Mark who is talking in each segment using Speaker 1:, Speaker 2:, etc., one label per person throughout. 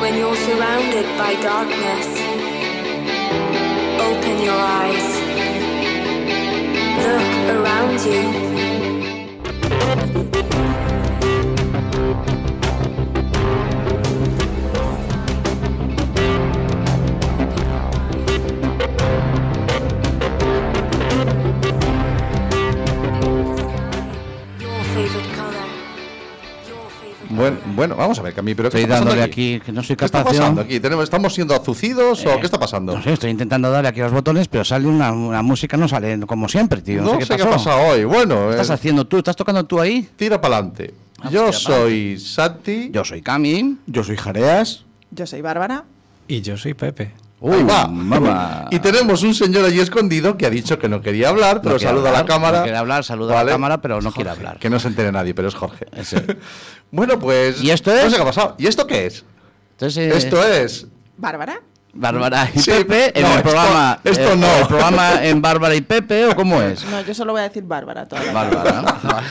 Speaker 1: When you're surrounded by darkness, open your eyes. Look around you. Your favorite color. Your favorite
Speaker 2: Bueno,
Speaker 1: color.
Speaker 2: bueno, vamos a ver, Cami, pero ¿qué
Speaker 3: Estoy
Speaker 2: está pasando
Speaker 3: dándole
Speaker 2: aquí?
Speaker 3: aquí, que no soy
Speaker 2: ¿Qué está
Speaker 3: capaz de-
Speaker 2: pasando aquí? ¿Tenemos, ¿Estamos siendo azucidos o
Speaker 3: Eh,
Speaker 2: qué está pasando?
Speaker 3: No sé, estoy intentando darle aquí a los botones, pero sale una, una música, no sale como siempre, tío. No, sé qué,
Speaker 2: ha
Speaker 3: pasó.
Speaker 2: pasado hoy. Bueno,
Speaker 3: ¿Qué estás
Speaker 2: eh,
Speaker 3: haciendo tú? ¿Estás tocando tú ahí?
Speaker 2: tira para adelante.
Speaker 3: Vamos,
Speaker 2: Yo
Speaker 3: tira
Speaker 2: soy Santi.
Speaker 3: Yo soy Cami.
Speaker 4: Yo soy Jareas.
Speaker 5: Yo soy Bárbara.
Speaker 6: Y yo soy Pepe.
Speaker 2: Ahí va.
Speaker 3: Uh, mamá.
Speaker 2: Y tenemos un señor allí escondido que ha dicho que no quería hablar, pero
Speaker 3: No quiere
Speaker 2: saluda a la
Speaker 3: hablar,
Speaker 2: cámara.
Speaker 3: no quiere hablar, saluda a
Speaker 2: Vale.
Speaker 3: la cámara, pero no quiere hablar.
Speaker 2: Que no se entere nadie, pero es Jorge.
Speaker 3: Ese.
Speaker 2: Bueno, pues.
Speaker 3: ¿Y esto
Speaker 2: No
Speaker 3: es?
Speaker 2: sé qué ha pasado. ¿Y esto qué es?
Speaker 3: Entonces, eh,
Speaker 2: Esto es.
Speaker 5: ¿Bárbara?
Speaker 3: Bárbara y
Speaker 2: Sí,
Speaker 3: Pepe en
Speaker 2: no,
Speaker 3: el
Speaker 2: esto-
Speaker 3: programa.
Speaker 2: esto
Speaker 3: eh,
Speaker 2: no.
Speaker 3: ¿El programa en Bárbara y Pepe o cómo es?
Speaker 5: No, yo solo voy a decir Bárbara toda la vida.
Speaker 3: Bárbara.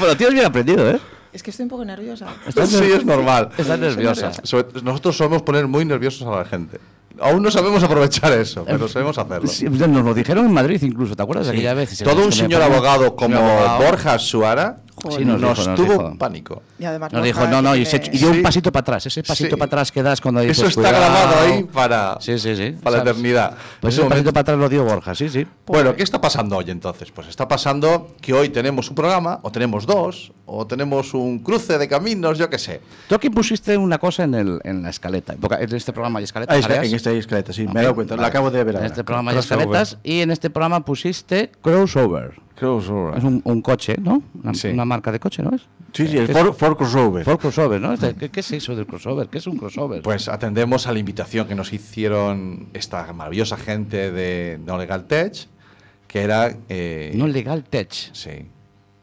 Speaker 3: bueno, tienes bien aprendido, ¿eh?
Speaker 5: Es que estoy un poco nerviosa.
Speaker 2: Sí, es normal.
Speaker 3: Estás nerviosa.
Speaker 2: Sobre- Nosotros solemos poner muy nerviosos a la gente. Aún no sabemos aprovechar eso, pero sabemos hacerlo.
Speaker 3: Sí, nos lo dijeron en Madrid incluso, ¿te acuerdas? Aquella vez.
Speaker 2: Todo un señor abogado como
Speaker 3: abogado.
Speaker 2: Borja Suara
Speaker 5: Joder.
Speaker 3: Sí,
Speaker 2: nos,
Speaker 3: nos dijo, nos
Speaker 2: tuvo
Speaker 3: dijo.
Speaker 2: pánico.
Speaker 5: Y además
Speaker 3: Nos
Speaker 5: Borja
Speaker 3: dijo, no, no, y,
Speaker 5: tiene-
Speaker 3: se- y dio
Speaker 2: Sí.
Speaker 3: un pasito para atrás. Ese pasito
Speaker 2: Sí.
Speaker 3: para atrás que das cuando dices.
Speaker 2: Eso está
Speaker 3: "Cuidado".
Speaker 2: grabado ahí para,
Speaker 3: Sí, sí, sí.
Speaker 2: para la
Speaker 3: ¿Sabes?
Speaker 2: eternidad.
Speaker 3: Pues
Speaker 2: Ese
Speaker 3: ese pasito
Speaker 2: momento-
Speaker 3: para atrás lo dio Borja, sí, sí.
Speaker 2: Bueno, ¿qué está pasando hoy entonces? Pues está pasando que hoy tenemos un programa, o tenemos dos, o tenemos un cruce de caminos, yo qué sé.
Speaker 3: Tú aquí pusiste una cosa en, el, en la escaleta. Porque En este programa hay escaletas.
Speaker 4: Ahí está,
Speaker 3: ¿sabes?
Speaker 4: en este esqueleto, sí, me
Speaker 3: Ok,
Speaker 4: he dado cuenta,
Speaker 3: vale.
Speaker 4: lo acabo de ver
Speaker 3: En
Speaker 4: ahora.
Speaker 3: este programa hay
Speaker 6: Crossover.
Speaker 3: escaletas y en este programa pusiste crossover.
Speaker 4: Crossover.
Speaker 3: Es un, un coche, ¿no? Una,
Speaker 2: Sí.
Speaker 3: una marca de coche, ¿no es?
Speaker 4: Sí, sí, el
Speaker 3: ¿Qué es?
Speaker 4: Ford, Ford Crossover.
Speaker 3: Ford crossover, ¿no? Este- ¿Qué, qué es eso del crossover? ¿Qué es un crossover?
Speaker 2: Pues atendemos a la invitación que nos hicieron esta maravillosa gente de No Legal Tech, que era... eh,
Speaker 3: no legal tech.
Speaker 2: Sí.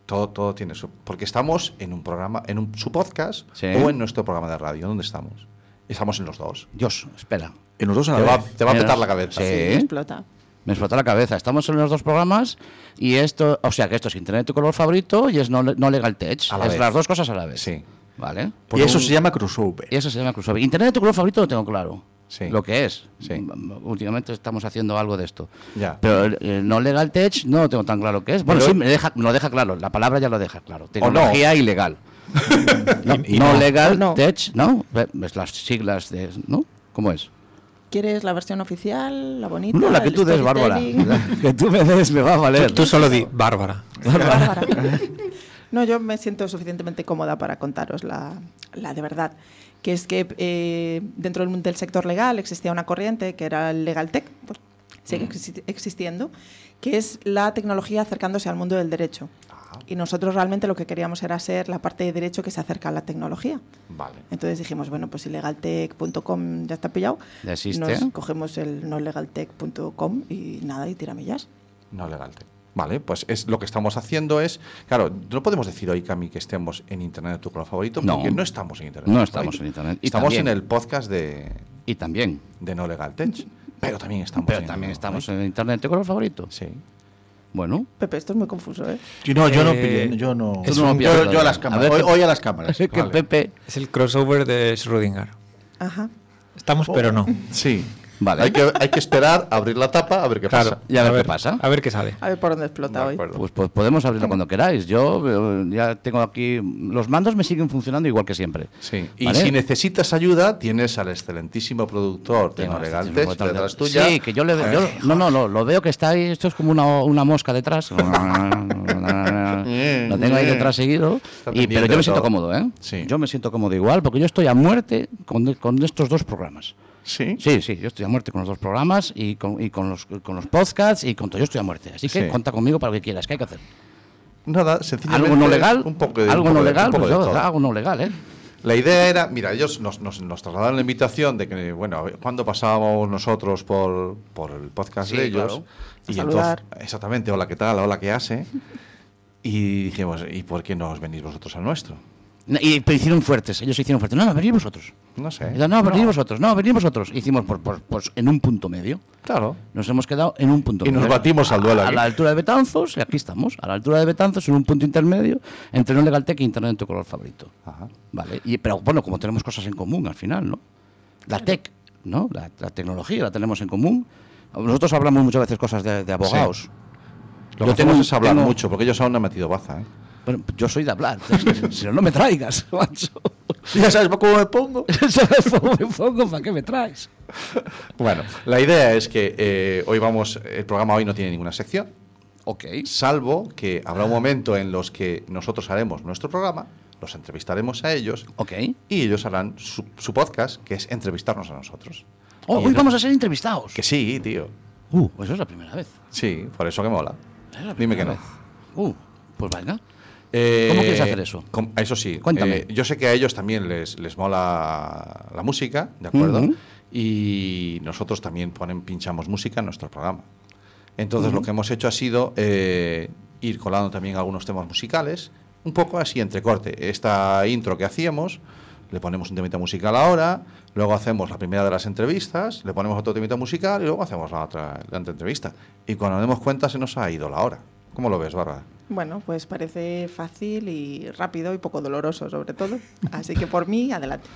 Speaker 2: Todo, todo tiene su. Porque estamos en un programa, en un, su podcast
Speaker 3: Sí.
Speaker 2: o en nuestro programa de radio. ¿Dónde estamos? Estamos en los dos.
Speaker 3: Dios, espera.
Speaker 4: En los dos a
Speaker 2: Te
Speaker 4: la
Speaker 2: va,
Speaker 4: vez.
Speaker 2: te va a
Speaker 3: Mira,
Speaker 2: petar la cabeza.
Speaker 5: Sí,
Speaker 3: ¿Eh?
Speaker 5: explota.
Speaker 3: Me explotó la cabeza. Estamos en los dos programas y esto, o sea que esto es Internet tu color favorito y es no, no legal tech.
Speaker 2: A la
Speaker 3: es
Speaker 2: vez.
Speaker 3: las dos cosas a la vez.
Speaker 2: Sí.
Speaker 3: ¿Vale? e-,
Speaker 4: Y eso se llama crossover.
Speaker 3: Y eso se llama crossover. Internet tu color favorito lo tengo claro.
Speaker 2: Sí.
Speaker 3: Lo que es.
Speaker 2: Sí.
Speaker 3: M- Últimamente estamos haciendo algo de esto.
Speaker 2: Ya.
Speaker 3: Pero eh, no legal tech no lo tengo tan claro qué es. Bueno,
Speaker 2: Pero-
Speaker 3: sí, me deja, me lo deja claro. La palabra ya lo deja claro. Tecnología ilegal. no,
Speaker 4: Y- y
Speaker 3: no
Speaker 4: no.
Speaker 3: legal
Speaker 5: No.
Speaker 3: tech, ¿no? Es las siglas de. ¿No? ¿Cómo es?
Speaker 5: ¿Quieres la versión oficial, la bonita?
Speaker 3: No, la que
Speaker 5: el
Speaker 3: tú des, Bárbara.
Speaker 5: storytelling?
Speaker 3: La que tú me des me va a valer.
Speaker 6: Tú, tú solo di Bárbara.
Speaker 5: Bárbara. No, yo me siento suficientemente cómoda para contaros la, la de verdad, que es que eh, dentro del, del sector legal existía una corriente que era el legal tech, pues,
Speaker 3: Mm.
Speaker 5: sigue exi- existiendo, que es la tecnología acercándose al mundo del derecho.
Speaker 2: Ah,
Speaker 5: Y nosotros realmente lo que queríamos era ser la parte de derecho que se acerca a la tecnología.
Speaker 2: Vale.
Speaker 5: Entonces dijimos, bueno, pues ilegaltech.com ya está pillado.
Speaker 3: Ya existe.
Speaker 5: Nos cogemos el nolegaltech.com y nada, y tiramillas.
Speaker 2: No legal. Vale, pues es lo que estamos haciendo es, claro, no podemos decir hoy, Cami, que estemos en Internet de tu color favorito,
Speaker 3: No.
Speaker 2: porque no estamos en Internet.
Speaker 3: No
Speaker 2: de tu
Speaker 3: estamos
Speaker 2: favorito.
Speaker 3: en Internet. Y
Speaker 2: estamos
Speaker 3: también-
Speaker 2: en el podcast de,
Speaker 3: Y también.
Speaker 2: de No Legal Tech, pero también estamos
Speaker 3: Pero
Speaker 2: en
Speaker 3: también
Speaker 2: el-
Speaker 3: estamos en Internet de color favorito.
Speaker 2: Sí.
Speaker 3: Bueno.
Speaker 5: Pepe, esto es muy confuso, ¿eh?
Speaker 4: Sí, no, yo no
Speaker 6: Eh,
Speaker 4: pillé, yo no.
Speaker 3: tú no lo
Speaker 4: yo-
Speaker 3: pillas
Speaker 4: yo,
Speaker 3: todavía.
Speaker 4: a las
Speaker 3: A
Speaker 4: cámaras.
Speaker 3: ver,
Speaker 4: hoy,
Speaker 3: que-
Speaker 4: hoy a las cámaras.
Speaker 3: Es que
Speaker 2: Vale.
Speaker 3: Pepe.
Speaker 6: Es el crossover de Schrödinger.
Speaker 5: Ajá.
Speaker 6: Estamos, pero no.
Speaker 2: Sí.
Speaker 3: Vale.
Speaker 2: Hay que, hay que esperar, abrir la tapa, a ver qué pasa.
Speaker 3: Y a ver qué
Speaker 6: ver
Speaker 3: pasa.
Speaker 6: A ver qué sale.
Speaker 5: A ver por dónde explota
Speaker 2: De
Speaker 5: hoy.
Speaker 2: acuerdo.
Speaker 3: Pues, pues podemos abrirlo cuando queráis. Yo eh, ya tengo aquí. Los mandos me siguen funcionando igual que siempre.
Speaker 2: Sí, y
Speaker 3: ¿Vale?
Speaker 2: si necesitas ayuda, tienes al excelentísimo productor de
Speaker 3: Tengo
Speaker 2: Noregal
Speaker 3: este
Speaker 2: Tech
Speaker 3: tipo de-
Speaker 2: detrás tuya.
Speaker 3: Sí, que yo le veo. yo- no, no, lo, lo veo que está ahí. Esto es como una, una mosca detrás. lo tengo ahí detrás seguido. Y,
Speaker 2: pendiente
Speaker 3: pero yo
Speaker 2: de
Speaker 3: me siento
Speaker 2: todo.
Speaker 3: cómodo, ¿eh?
Speaker 2: Sí.
Speaker 3: Yo me siento cómodo igual, porque yo estoy a muerte con, con estos dos programas.
Speaker 2: Sí.
Speaker 3: Sí, sí, yo estoy a muerte con los dos programas y con, y con, los, con los podcasts y con todo. Yo estoy a muerte. Así que
Speaker 2: Sí.
Speaker 3: cuenta conmigo para lo que quieras. ¿Qué hay que hacer?
Speaker 2: Nada, sencillamente.
Speaker 3: ¿Algo no legal?
Speaker 2: Un poco de- un
Speaker 3: algo
Speaker 2: poco
Speaker 3: no
Speaker 2: de-
Speaker 3: legal,
Speaker 2: un poco
Speaker 3: pues
Speaker 2: de
Speaker 3: yo,
Speaker 2: todo.
Speaker 3: algo no legal, ¿eh?
Speaker 2: La idea era, mira, ellos nos, nos, nos trasladaron la invitación de que, bueno, a ver, ¿cuándo pasábamos nosotros por, por el podcast
Speaker 3: Sí,
Speaker 2: de ellos? Y
Speaker 3: claro.
Speaker 5: A
Speaker 2: entonces,
Speaker 5: saludar.
Speaker 2: exactamente, hola, ¿qué tal? Hola, ¿qué hace? Y dijimos, ¿y por qué no os venís vosotros al nuestro?
Speaker 3: No, Y pero hicieron fuertes, ellos se hicieron fuertes. No, no, venid vosotros.
Speaker 2: Eh. No sé.
Speaker 3: Y yo, no, venid vosotros, no, venid vosotros. Hicimos por, por- pues, en un punto medio.
Speaker 2: Claro.
Speaker 3: Nos hemos quedado en un punto
Speaker 2: Y nos batimos al duelo
Speaker 3: A, a
Speaker 2: aquí.
Speaker 3: la altura de Betanzos, y aquí estamos. A la altura de Betanzos, en un punto intermedio, entre un Legaltec y Internet de tu color favorito.
Speaker 2: Ajá.
Speaker 3: Vale, y, pero bueno, como tenemos cosas en común al final, ¿no? La tech, ¿no? La, la tecnología la tenemos en común. Nosotros hablamos muchas veces cosas de, de abogados.
Speaker 2: Lo
Speaker 3: Yo
Speaker 2: que tenemos
Speaker 3: tengo-
Speaker 2: es hablar
Speaker 3: tengo-
Speaker 2: mucho, porque ellos aún no han metido baza. ¿eh?
Speaker 3: Bueno, yo soy de hablar, si no, no me traigas, macho.
Speaker 2: Ya sabes cómo me pongo.
Speaker 3: Eso me pongo, ¿para qué me traes?
Speaker 2: Bueno, la idea es que eh, hoy vamos, el programa hoy no tiene ninguna sección,
Speaker 3: Ok.
Speaker 2: salvo que habrá
Speaker 3: Ah.
Speaker 2: un momento en los que nosotros haremos nuestro programa, los entrevistaremos a ellos
Speaker 3: Ok.
Speaker 2: y ellos harán su, su podcast, que es entrevistarnos a nosotros.
Speaker 3: Oh,
Speaker 2: Y
Speaker 3: hoy
Speaker 2: el-
Speaker 3: vamos a ser entrevistados.
Speaker 2: Que sí, tío.
Speaker 3: Uh, pues eso es la primera vez.
Speaker 2: Sí, por eso que mola.
Speaker 3: Es la
Speaker 2: Dime
Speaker 3: primera
Speaker 2: que no.
Speaker 3: vez. Uh, pues venga.
Speaker 2: Eh,
Speaker 3: ¿Cómo quieres hacer eso?
Speaker 2: com- Eso sí.
Speaker 3: Cuéntame.
Speaker 2: eh, yo sé que a ellos también les, les mola la música, ¿de acuerdo?
Speaker 3: Ujú.
Speaker 2: Y nosotros también ponen, pinchamos música en nuestro programa. Entonces lo que hemos hecho ha sido eh, ir colando también algunos temas musicales, un poco así entre corte. Esta intro que hacíamos, le ponemos un temita musical ahora, luego hacemos la primera de las entrevistas, le ponemos otro temita musical y luego hacemos la otra, la otra entrevista. Y cuando nos demos cuenta se nos ha ido la hora. ¿Cómo lo ves, Bárbara?
Speaker 5: Bueno, pues parece fácil y rápido y poco doloroso, sobre todo. Así que por mí, adelante.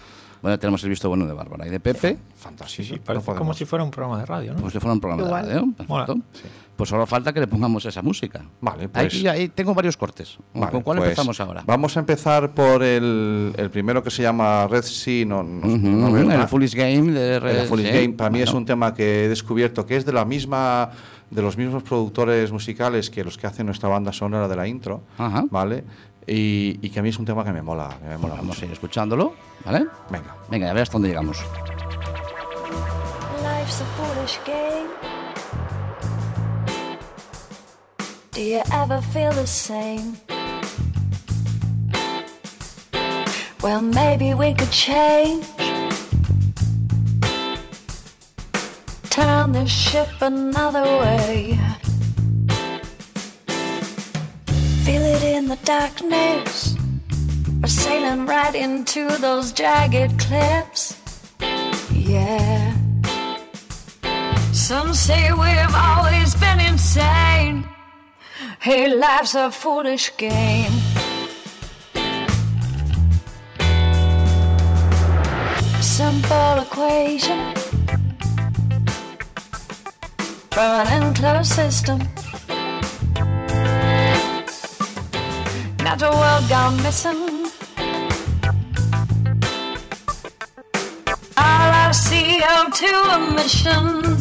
Speaker 3: Bueno, tenemos el visto bueno de Bárbara y de Pepe.
Speaker 2: Fantástico.
Speaker 6: Sí, sí,
Speaker 2: no
Speaker 6: parece como
Speaker 2: podemos.
Speaker 6: si fuera un programa de radio, ¿no?
Speaker 3: Pues que fuera un programa
Speaker 5: Igual.
Speaker 3: de radio. Perfecto.
Speaker 6: Mola.
Speaker 3: Pues ahora falta que le pongamos esa música.
Speaker 2: Vale, pues-
Speaker 3: Ahí, ahí tengo varios cortes.
Speaker 2: Vale,
Speaker 3: ¿Con cuál
Speaker 2: pues,
Speaker 3: empezamos ahora?
Speaker 2: Vamos a empezar por el, el primero que se llama Red Sea. No, no-
Speaker 3: Ujú,
Speaker 2: no veo nada.
Speaker 3: el Foolish Game de
Speaker 2: El
Speaker 3: RS.
Speaker 2: Foolish Game. Para mí es
Speaker 3: Bueno,
Speaker 2: un tema que he descubierto que es de la misma de los mismos productores musicales que los que hacen nuestra banda sonora de la intro,
Speaker 3: Ajá.
Speaker 2: ¿vale? Y, y que a mí es un tema que me mola, que me mola
Speaker 3: Bueno, pues vamos a
Speaker 2: mucho.
Speaker 3: ir escuchándolo, ¿vale?
Speaker 2: Venga.
Speaker 3: Venga, a ver hasta dónde llegamos.
Speaker 7: Life's a foolish game. Do you ever feel the same? Well, maybe we could change. Turn the ship another way. Feel it in the darkness. We're sailing right into those jagged cliffs. Yeah. Some say we've always been insane. Hey, life's a foolish game. Simple equation from an enclosed system. Not a world gone missing. All our CO2 emissions,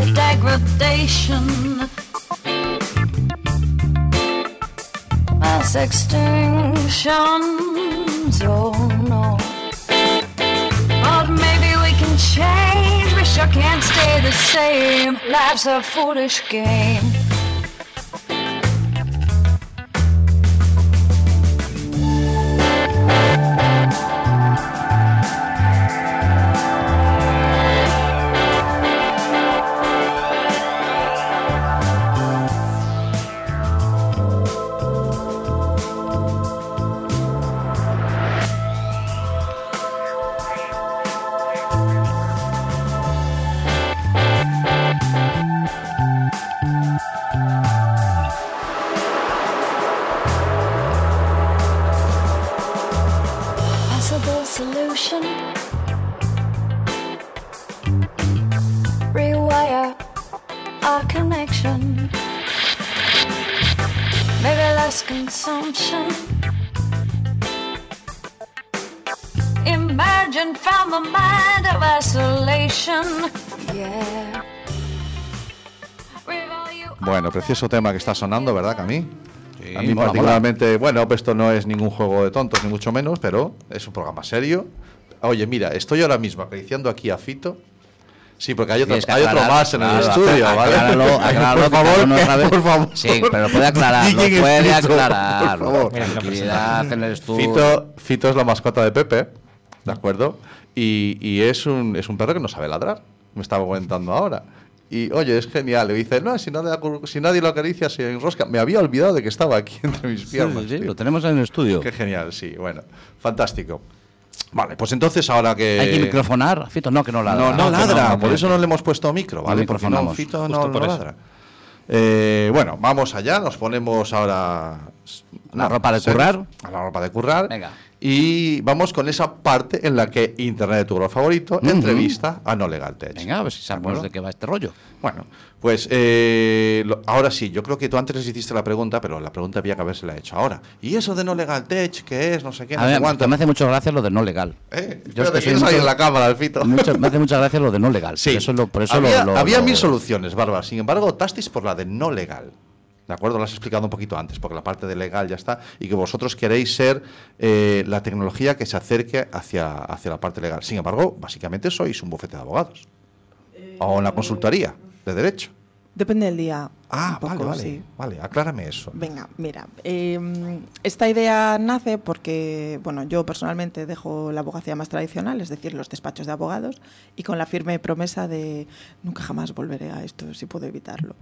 Speaker 7: the degradation, mass extinctions. Oh no. But maybe we can change. We sure can't stay the same. Life's a foolish game. possible solution. Rewire our connection. Maybe less consumption. Emerging from the mind of isolation. Yeah.
Speaker 2: Bueno, precioso tema que está sonando, ¿verdad, Camí?
Speaker 3: Sí,
Speaker 2: a mí
Speaker 3: mola,
Speaker 2: particularmente, bueno, pues esto no es ningún juego de tontos, ni mucho menos, pero es un programa serio. Oye, mira, estoy ahora mismo acariciando aquí a Fito. Sí, porque hay otro,
Speaker 3: Tienes que
Speaker 2: hay otro
Speaker 3: aclarar,
Speaker 2: más en el
Speaker 3: claro,
Speaker 2: estudio,
Speaker 3: aclá-
Speaker 2: ¿vale?
Speaker 3: acláralo, acláralo,
Speaker 2: por favor,
Speaker 3: no
Speaker 2: que-
Speaker 3: sabe-
Speaker 2: por favor.
Speaker 3: Sí, pero puede aclararlo,
Speaker 2: Di quién
Speaker 3: puede
Speaker 2: es Fito,
Speaker 3: aclararlo.
Speaker 2: por favor.
Speaker 6: Mira,
Speaker 3: Tranquilidad en el estudio.
Speaker 2: Fito, Fito es la mascota de Pepe, ¿de acuerdo? Y, y es, un, es un perro que no sabe ladrar, me estaba comentando ahora. Y oye, es genial. Y dice, no, si, no le acu- si nadie lo acaricia, se enrosca. Me había olvidado de que estaba aquí entre mis
Speaker 3: Sí,
Speaker 2: piernas.
Speaker 3: sí, sí,
Speaker 2: tío.
Speaker 3: lo tenemos en el estudio.
Speaker 2: Qué genial, sí, bueno, fantástico. Vale, pues entonces ahora que.
Speaker 3: Hay que microfonar. Fito, no, que no ladra.
Speaker 2: eh,
Speaker 3: Ah,
Speaker 2: No, no
Speaker 3: Que
Speaker 2: ladra, por
Speaker 3: que-
Speaker 2: eso no le hemos puesto micro, ¿vale? Porque no,
Speaker 3: microfonamos,
Speaker 2: Fito
Speaker 3: justo
Speaker 2: no, no
Speaker 3: por eso.
Speaker 2: ladra. Eh, bueno, vamos allá, nos ponemos ahora.
Speaker 3: La ropa de
Speaker 2: sí,
Speaker 3: currar.
Speaker 2: A la ropa de currar.
Speaker 3: Venga.
Speaker 2: Y vamos con esa parte en la que Internet de tu blog favorito
Speaker 3: Ujú.
Speaker 2: entrevista a No Legal Tech.
Speaker 3: Venga, a ver si sabemos
Speaker 2: acuerdo?
Speaker 3: de qué va este rollo.
Speaker 2: Bueno, pues eh, lo- ahora sí, yo creo que tú antes les hiciste la pregunta, pero la pregunta había que habérsela hecho ahora. ¿Y eso de No Legal Tech qué es? No sé qué, no
Speaker 3: A
Speaker 2: sé
Speaker 3: ver,
Speaker 2: cuánto.
Speaker 3: me hace muchas gracias lo de no legal.
Speaker 2: Eh,
Speaker 3: Yo es
Speaker 2: espérate,
Speaker 3: que soy
Speaker 2: que no sale
Speaker 3: mucho-
Speaker 2: en la cámara, el fito.
Speaker 3: Mucho- me hace muchas gracias lo de no legal. Por eso lo- por eso lo-
Speaker 2: había,
Speaker 3: lo-
Speaker 2: había
Speaker 3: lo-
Speaker 2: mil soluciones, Bárbara. Sin embargo, optasteis por la de no legal. ¿De acuerdo? Lo has explicado un poquito antes, porque la parte de legal ya está. Y que vosotros queréis ser eh, la tecnología que se acerque hacia, hacia la parte legal. Sin embargo, básicamente sois un bufete de abogados. o
Speaker 5: Eh,
Speaker 2: una consultoría de derecho.
Speaker 5: Depende del día.
Speaker 2: Ah,
Speaker 5: un
Speaker 2: vale,
Speaker 5: poco,
Speaker 2: vale.
Speaker 5: sí.
Speaker 2: Vale, aclárame eso.
Speaker 5: Venga, mira, eh, esta idea nace porque, bueno, yo personalmente dejo la abogacía más tradicional, es decir, los despachos de abogados, y con la firme promesa de nunca jamás volveré a esto si puedo evitarlo.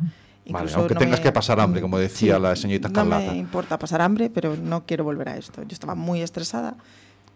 Speaker 2: Vale, aunque tengas que pasar hambre, como decía la señorita
Speaker 5: No
Speaker 2: Carlata.
Speaker 5: me importa pasar hambre, pero no quiero volver a esto. Yo estaba muy estresada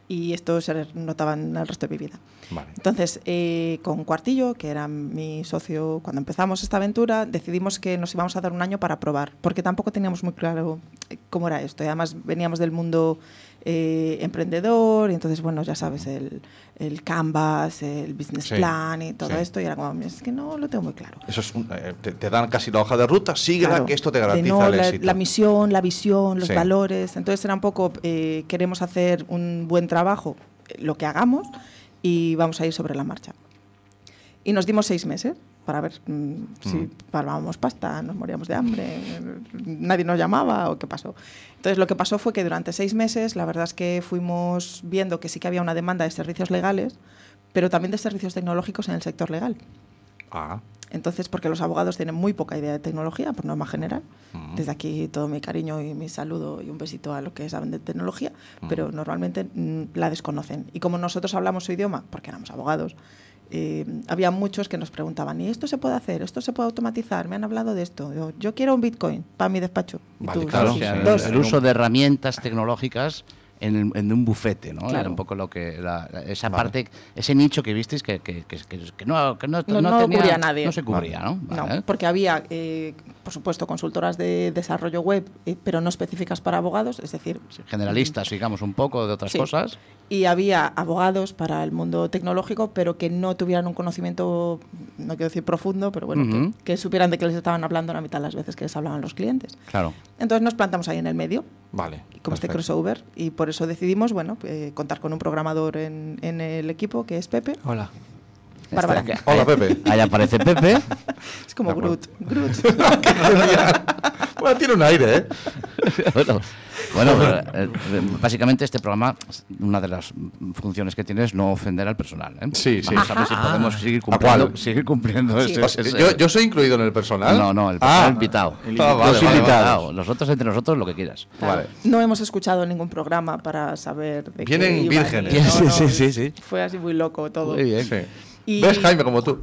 Speaker 5: y esto se notaba en el resto de mi vida.
Speaker 2: Vale.
Speaker 5: Entonces, eh, con Cuartillo, que era mi socio cuando empezamos esta aventura, decidimos que nos íbamos a dar un año para probar, porque tampoco teníamos muy claro eh, cómo era esto. Y además veníamos del mundo eh, emprendedor, y entonces, bueno, ya sabes, el, el canvas, el business
Speaker 2: Sí,
Speaker 5: plan y todo
Speaker 2: sí.
Speaker 5: esto, y era como, es que no lo tengo muy claro.
Speaker 2: Eso es un- eh, te, te dan casi la hoja de ruta, síguela
Speaker 5: Claro,
Speaker 2: que esto te
Speaker 5: de
Speaker 2: garantiza
Speaker 5: no,
Speaker 2: el
Speaker 5: la,
Speaker 2: éxito.
Speaker 5: la misión, la visión, los
Speaker 2: Sí.
Speaker 5: valores. Entonces era un poco, eh, queremos hacer un buen trabajo, eh, lo que hagamos, y vamos a ir sobre la marcha. Y nos dimos seis meses para ver mm, si palmábamos pasta, nos moríamos de hambre, mm, nadie nos llamaba o qué pasó. Entonces lo que pasó fue que durante seis meses la verdad es que fuimos viendo que sí que había una demanda de servicios legales, pero también de servicios tecnológicos en el sector legal.
Speaker 2: Ah,
Speaker 5: Entonces, porque los abogados tienen muy poca idea de tecnología, por norma general. Desde aquí todo mi cariño y mi saludo y un besito a los que saben de tecnología, pero normalmente mm, la desconocen. Y como nosotros hablamos su idioma, porque éramos abogados, eh, había muchos que nos preguntaban, ¿y esto se puede hacer? ¿Esto se puede automatizar? Me han hablado de esto. Yo, yo quiero un Bitcoin para mi despacho. Y
Speaker 2: Vale,
Speaker 5: tú,
Speaker 2: claro,
Speaker 5: "Sí,
Speaker 3: O
Speaker 5: sí,
Speaker 3: sea,
Speaker 5: sí".
Speaker 3: el,
Speaker 5: Dos.
Speaker 3: el uso de herramientas tecnológicas en, el- en un bufete, ¿no?
Speaker 5: Claro.
Speaker 3: Era un poco lo que la- la- esa
Speaker 2: Vale.
Speaker 3: parte, ese nicho que visteis que, que- que- que no, que no- no
Speaker 5: No- no
Speaker 3: tenía-
Speaker 5: cubría a nadie.
Speaker 3: No se cubría, ¿no?
Speaker 5: No,
Speaker 3: Vale.
Speaker 5: porque había, eh, por supuesto, consultoras de desarrollo web, eh, pero no específicas para abogados, es decir,
Speaker 3: Generalistas, digamos, un poco de otras
Speaker 5: Sí.
Speaker 3: cosas.
Speaker 5: y había abogados para el mundo tecnológico, pero que no tuvieran un conocimiento, no quiero decir profundo, pero bueno, que-
Speaker 3: Ujú.
Speaker 5: que, supieran de qué les estaban hablando la mitad de las veces que les hablaban los clientes.
Speaker 3: Claro.
Speaker 5: Entonces nos plantamos ahí en el medio,
Speaker 2: vale.
Speaker 5: como este
Speaker 2: perfecto.
Speaker 5: crossover, y por eso decidimos, bueno, eh, contar con un programador en, en el equipo, que es Pepe.
Speaker 6: Hola.
Speaker 5: Bárbara.
Speaker 3: Espera, que-
Speaker 2: Hola,
Speaker 3: Este. ahí-
Speaker 2: Pepe.
Speaker 3: Ahí aparece Pepe.
Speaker 5: Es como
Speaker 2: De acuerdo.
Speaker 5: Groot. Groot.
Speaker 2: bueno, tiene un aire, ¿eh?
Speaker 3: bueno, bueno, pero, eh, básicamente este programa, una de las funciones que tiene es no ofender al personal. ¿eh?
Speaker 2: Sí, sí.
Speaker 3: Vamos a Ah, ver si podemos seguir
Speaker 2: ¿A cuál?
Speaker 3: cumpliendo, seguir cumpliendo
Speaker 5: Ah. Sí.
Speaker 3: ese-
Speaker 2: O sea,
Speaker 3: ese-
Speaker 2: yo, yo soy incluido en el personal.
Speaker 3: No, no, el
Speaker 2: Ah,
Speaker 3: personal invitado.
Speaker 2: Ah, vale,
Speaker 3: Los
Speaker 2: vale,
Speaker 3: invitados.
Speaker 2: vale.
Speaker 3: Nosotros entre nosotros lo que quieras.
Speaker 2: Vale.
Speaker 5: No hemos escuchado ningún programa para saber de qué
Speaker 2: Vienen
Speaker 5: iba ni-
Speaker 2: vírgenes.
Speaker 5: no,
Speaker 8: Sí,
Speaker 5: no,
Speaker 8: sí, sí, sí.
Speaker 5: Fue así muy loco todo.
Speaker 3: Muy bien.
Speaker 2: ¿eh? Sí. ¿eh?
Speaker 5: Y-
Speaker 2: ¿Ves, Jaime, como tú?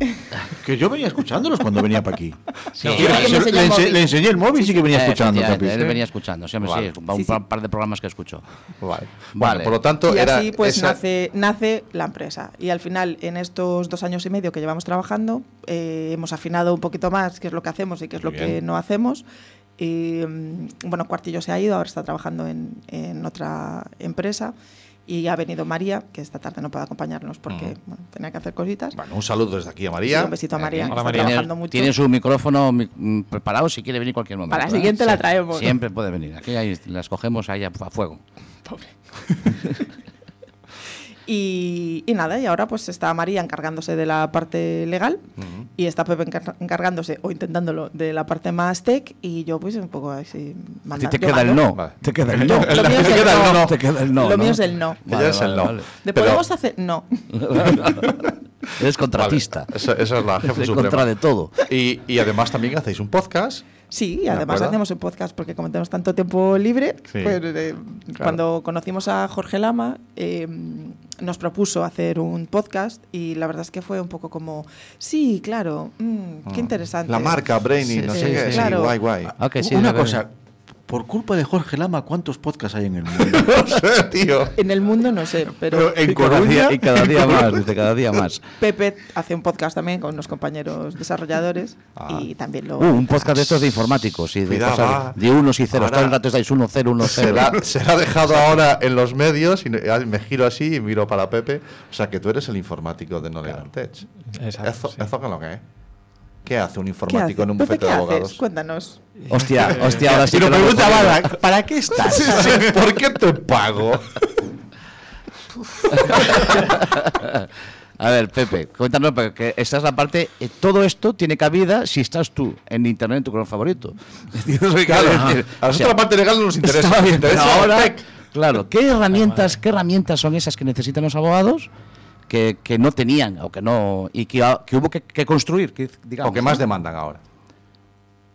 Speaker 8: Que yo venía escuchándolos cuando venía para aquí.
Speaker 3: Sí,
Speaker 8: Mira,
Speaker 5: que me
Speaker 8: se-
Speaker 5: enseñó
Speaker 8: le,
Speaker 5: el
Speaker 8: ense-
Speaker 5: móvil.
Speaker 8: le enseñé el móvil y sí que venía
Speaker 3: Eh,
Speaker 8: escuchando.
Speaker 3: efectivamente,
Speaker 8: Capi.
Speaker 3: Él venía escuchando, sí, hombre,
Speaker 2: Vale.
Speaker 3: sí, un
Speaker 5: Sí,
Speaker 3: par,
Speaker 5: sí.
Speaker 3: par de programas que escucho.
Speaker 2: Vale. Bueno,
Speaker 3: Vale.
Speaker 2: por lo tanto,
Speaker 5: y
Speaker 2: era.
Speaker 5: así pues
Speaker 2: esa-
Speaker 5: nace, nace la empresa. Y al final, en estos dos años y medio que llevamos trabajando, eh, hemos afinado un poquito más qué es lo que hacemos y qué es
Speaker 2: Muy
Speaker 5: lo que
Speaker 2: bien.
Speaker 5: no hacemos. Y, mm, bueno, Cuartillo se ha ido, ahora está trabajando en, en otra empresa. Y ha venido María, que esta tarde no puede acompañarnos porque
Speaker 2: Ujú.
Speaker 5: bueno, tenía que hacer cositas.
Speaker 2: Bueno, un saludo desde aquí a
Speaker 5: Sí,
Speaker 2: María.
Speaker 5: un besito a María, que
Speaker 6: Hola,
Speaker 5: está
Speaker 6: María.
Speaker 5: trabajando
Speaker 3: Tiene,
Speaker 5: mucho.
Speaker 3: tiene su micrófono mi- mm, preparado si quiere venir cualquier momento.
Speaker 5: Para la
Speaker 3: ¿eh?
Speaker 5: siguiente la traemos.
Speaker 3: Siempre puede venir. Aquí ahí las cogemos ahí a, a fuego.
Speaker 5: Y, y nada, y ahora pues está María encargándose de la parte legal
Speaker 2: Ujú.
Speaker 5: y está Pepe encar- encargándose o intentándolo de la parte más tech y yo pues un poco así
Speaker 3: A
Speaker 5: manda-
Speaker 3: ti te
Speaker 5: yo
Speaker 3: queda el
Speaker 5: mando.
Speaker 3: no.
Speaker 2: Vale.
Speaker 3: Te queda el no.
Speaker 5: Lo mío es el no.
Speaker 3: Te queda el no.
Speaker 5: Lo
Speaker 3: ¿no?
Speaker 5: mío es el no.
Speaker 2: Ella es el no.
Speaker 5: ¿De
Speaker 2: Pero-
Speaker 5: podemos hacer? No.
Speaker 3: Eres contratista.
Speaker 2: Vale, esa, esa es la jefa
Speaker 3: En
Speaker 2: suprema.
Speaker 3: contra de todo.
Speaker 2: Y, y además también hacéis un podcast.
Speaker 5: Sí, y
Speaker 2: ¿De
Speaker 5: además
Speaker 2: acuerdo?
Speaker 5: hacemos un podcast porque como tenemos tanto tiempo libre,
Speaker 2: Sí,
Speaker 5: pues, eh, cuando conocimos a Jorge Lama eh, nos propuso hacer un podcast y la verdad es que fue un poco como, sí, claro, mm, qué interesante.
Speaker 2: La marca, Brainy,
Speaker 5: Sí,
Speaker 2: no
Speaker 5: sí,
Speaker 2: sé qué.
Speaker 5: sí,
Speaker 2: sí,
Speaker 5: claro.
Speaker 2: guay, guay.
Speaker 3: Ah, que sí,
Speaker 9: Una
Speaker 3: a ver.
Speaker 9: cosa, por culpa de Jorge Lama, ¿cuántos podcasts hay en el mundo?
Speaker 2: No sé, tío.
Speaker 5: En el mundo no sé, pero,
Speaker 9: Pero en
Speaker 3: Y cada
Speaker 9: Coruña-
Speaker 3: día, y cada día más, dice, cada día más.
Speaker 5: Pepe hace un podcast también con unos compañeros desarrolladores
Speaker 2: Ah.
Speaker 5: y también lo...
Speaker 3: Uh, un podcast de estos de informáticos y de
Speaker 2: Cuidado, va.
Speaker 3: cosas de unos y ceros.
Speaker 2: Ahora-
Speaker 3: Todo el rato estáis uno, cero, uno, cero.
Speaker 2: Será, será dejado ahora en los medios y no- me giro así y miro para Pepe. O sea, que tú eres el informático de No Legal Tech.
Speaker 6: Exacto,
Speaker 2: Eso,
Speaker 6: sí.
Speaker 2: eso que lo que es. ¿Qué hace un
Speaker 5: ¿Qué
Speaker 2: informático
Speaker 5: haces?
Speaker 2: en un
Speaker 5: Pepe,
Speaker 2: bufete
Speaker 5: ¿qué
Speaker 2: de
Speaker 5: haces?
Speaker 2: abogados?
Speaker 5: Cuéntanos.
Speaker 3: Hostia, hostia, ahora sí.
Speaker 2: Y lo
Speaker 3: que hemos
Speaker 2: pregunta
Speaker 3: jodido.
Speaker 2: Bala,
Speaker 6: ¿Para qué estás?
Speaker 2: Sí, sí, ¿Por qué te pago?
Speaker 3: A ver, Pepe, cuéntanos, porque esta es la parte. eh, todo esto tiene cabida si estás tú en internet en tu color favorito.
Speaker 2: Claro,
Speaker 3: Quiero
Speaker 2: a nosotros
Speaker 3: decir, o sea,
Speaker 2: la parte legal no nos interesa.
Speaker 3: está
Speaker 2: nos
Speaker 3: bien, pero
Speaker 2: interesa la
Speaker 3: ahora,
Speaker 2: tech.
Speaker 3: claro, ¿qué herramientas, ¿qué herramientas son esas que necesitan los abogados que, que no tenían o que no y que, ah, que hubo que, que construir? que, digamos,
Speaker 2: O que más
Speaker 3: ¿no?
Speaker 2: demandan ahora.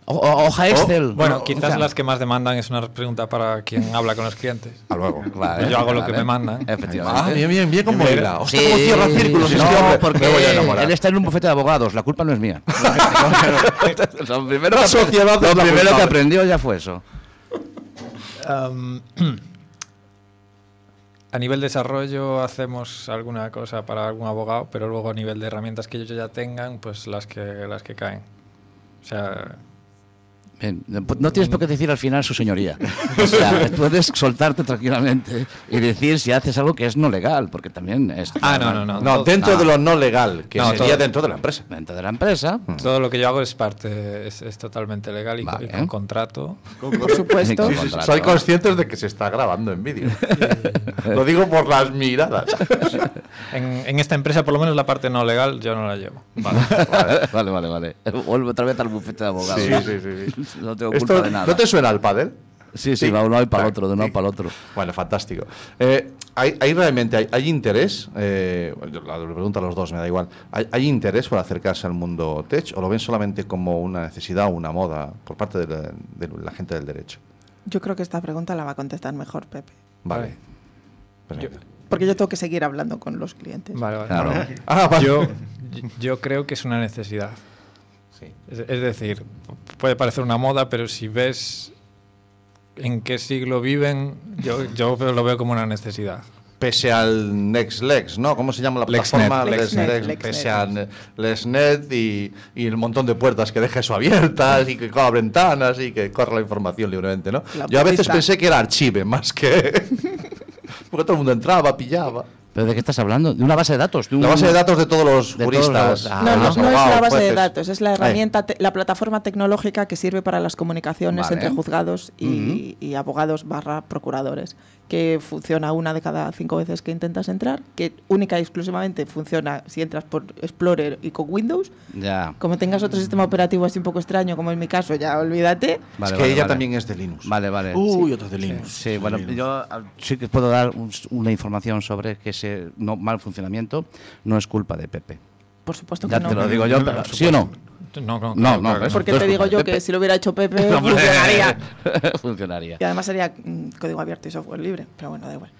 Speaker 3: O- o- hoja Excel.
Speaker 6: Oh, Bueno,
Speaker 3: ¿no? O
Speaker 6: quizás
Speaker 3: sea,
Speaker 6: las que más demandan es una pregunta para quien habla con los clientes.
Speaker 2: A luego.
Speaker 3: vale,
Speaker 6: Pues yo hago lo que
Speaker 3: vale.
Speaker 6: me mandan.
Speaker 3: Efectivamente.
Speaker 2: Ah, bien, bien, bien como
Speaker 6: Mira.
Speaker 2: era. Hostia, cómo cierra círculos este
Speaker 3: no,
Speaker 2: hombre.
Speaker 3: porque
Speaker 2: Me voy a enamorar.
Speaker 3: él está en un bufete de abogados, la culpa no es mía. lo primero,
Speaker 2: La sociedad
Speaker 3: lo
Speaker 2: es la
Speaker 3: primero que
Speaker 2: culpable.
Speaker 3: aprendió ya fue eso.
Speaker 6: Am, a nivel desarrollo hacemos alguna cosa para algún abogado, pero luego a nivel de herramientas que ellos ya tengan, pues las que las que caen. O sea,
Speaker 3: Bien, No tienes por qué decir al final su señoría. O sea, puedes soltarte tranquilamente y decir si haces algo que es no legal, porque también es.
Speaker 6: ah, no, no, no.
Speaker 2: No,
Speaker 6: todo,
Speaker 2: dentro
Speaker 3: no.
Speaker 2: de lo no legal, que
Speaker 6: No,
Speaker 2: sería
Speaker 6: todo.
Speaker 2: dentro de la empresa.
Speaker 3: Dentro de la empresa,
Speaker 6: todo lo que yo hago es parte es, es totalmente legal y,
Speaker 3: Vale.
Speaker 6: y con contrato.
Speaker 5: Por supuesto.
Speaker 3: Sí,
Speaker 2: Sí,
Speaker 3: sí,
Speaker 2: sí,
Speaker 3: contrato.
Speaker 2: Soy conscientes de que se está grabando en vídeo. Lo digo por las miradas.
Speaker 6: En, en esta empresa, por lo menos la parte no legal, yo no la llevo.
Speaker 3: vale, vale, vale. Vuelvo otra vez al bufete de abogados.
Speaker 2: Sí, sí, sí, sí.
Speaker 3: No tengo culpa
Speaker 2: Esto,
Speaker 3: de nada.
Speaker 2: ¿No te suena al pádel?
Speaker 3: Sí, sí, va de un lado y para el
Speaker 2: Tac,
Speaker 3: otro, de un lado
Speaker 2: tic.
Speaker 3: para el otro.
Speaker 2: Bueno, fantástico. Eh, ¿hay, hay realmente hay, hay interés? Eh, yo la la pregunto a los dos, me da igual. ¿Hay, hay interés por acercarse al mundo tech o lo ven solamente como una necesidad o una moda por parte de la, de la gente del derecho?
Speaker 5: Yo creo que esta pregunta la va a contestar mejor Pepe.
Speaker 2: Vale.
Speaker 6: Yo-
Speaker 2: Perfecto.
Speaker 5: Porque yo tengo que seguir hablando con los clientes.
Speaker 6: Vale, vale.
Speaker 3: Claro.
Speaker 2: Ah, vale.
Speaker 6: Yo, yo creo que es una necesidad. Es, es decir, puede parecer una moda, pero si ves en qué siglo viven, yo, yo lo veo como una necesidad.
Speaker 2: pese al NextLex, ¿no? ¿Cómo se llama la
Speaker 6: LexNet.
Speaker 2: plataforma?
Speaker 5: LexNet,
Speaker 2: LexNet,
Speaker 5: LexNet.
Speaker 2: Pese a Ne- LexNet y, y el montón de puertas que deja eso abiertas y que coja ventanas y que corra la información libremente, ¿no?
Speaker 5: La
Speaker 2: Yo a veces
Speaker 5: purista.
Speaker 2: pensé que era archive más que... Porque todo el mundo entraba, pillaba.
Speaker 3: ¿Pero de qué estás hablando? De una base de datos. De un-
Speaker 2: La base de datos de todos los
Speaker 3: Mm. De todos
Speaker 2: juristas.
Speaker 3: los- ah,
Speaker 5: No,
Speaker 2: de
Speaker 5: no,
Speaker 2: los
Speaker 5: no es la
Speaker 2: abogados,
Speaker 5: base de
Speaker 2: jueces.
Speaker 5: datos, es la
Speaker 2: Ahí.
Speaker 5: herramienta, te- la plataforma tecnológica que sirve para las comunicaciones
Speaker 3: Vale.
Speaker 5: entre juzgados y, y abogados barra procuradores, que funciona una de cada cinco veces que intentas entrar, que única y exclusivamente funciona si entras por Explorer y con Windows.
Speaker 3: Ya.
Speaker 5: Como tengas otro sistema operativo así un poco extraño, como en mi caso, ya olvídate.
Speaker 2: es
Speaker 3: Vale,
Speaker 2: que
Speaker 3: vale,
Speaker 2: ella
Speaker 3: vale.
Speaker 2: también es de Linux.
Speaker 3: Vale, vale.
Speaker 2: Uh,
Speaker 9: Uy, otros de Linux.
Speaker 3: Sí, bueno, yo ah, sí que puedo dar un- una información sobre que ese no, mal funcionamiento no es culpa de Pepe.
Speaker 5: Por supuesto que
Speaker 3: Ya
Speaker 5: no.
Speaker 3: te lo digo yo, pero ¿sí o no?
Speaker 6: No,
Speaker 3: No,
Speaker 6: no, claro,
Speaker 3: no,
Speaker 6: claro que
Speaker 3: es-
Speaker 5: Porque te digo yo que si lo hubiera hecho Pepe, funcionaría.
Speaker 3: funcionaría.
Speaker 5: Y además sería mm, código abierto y software libre, pero bueno, da igual.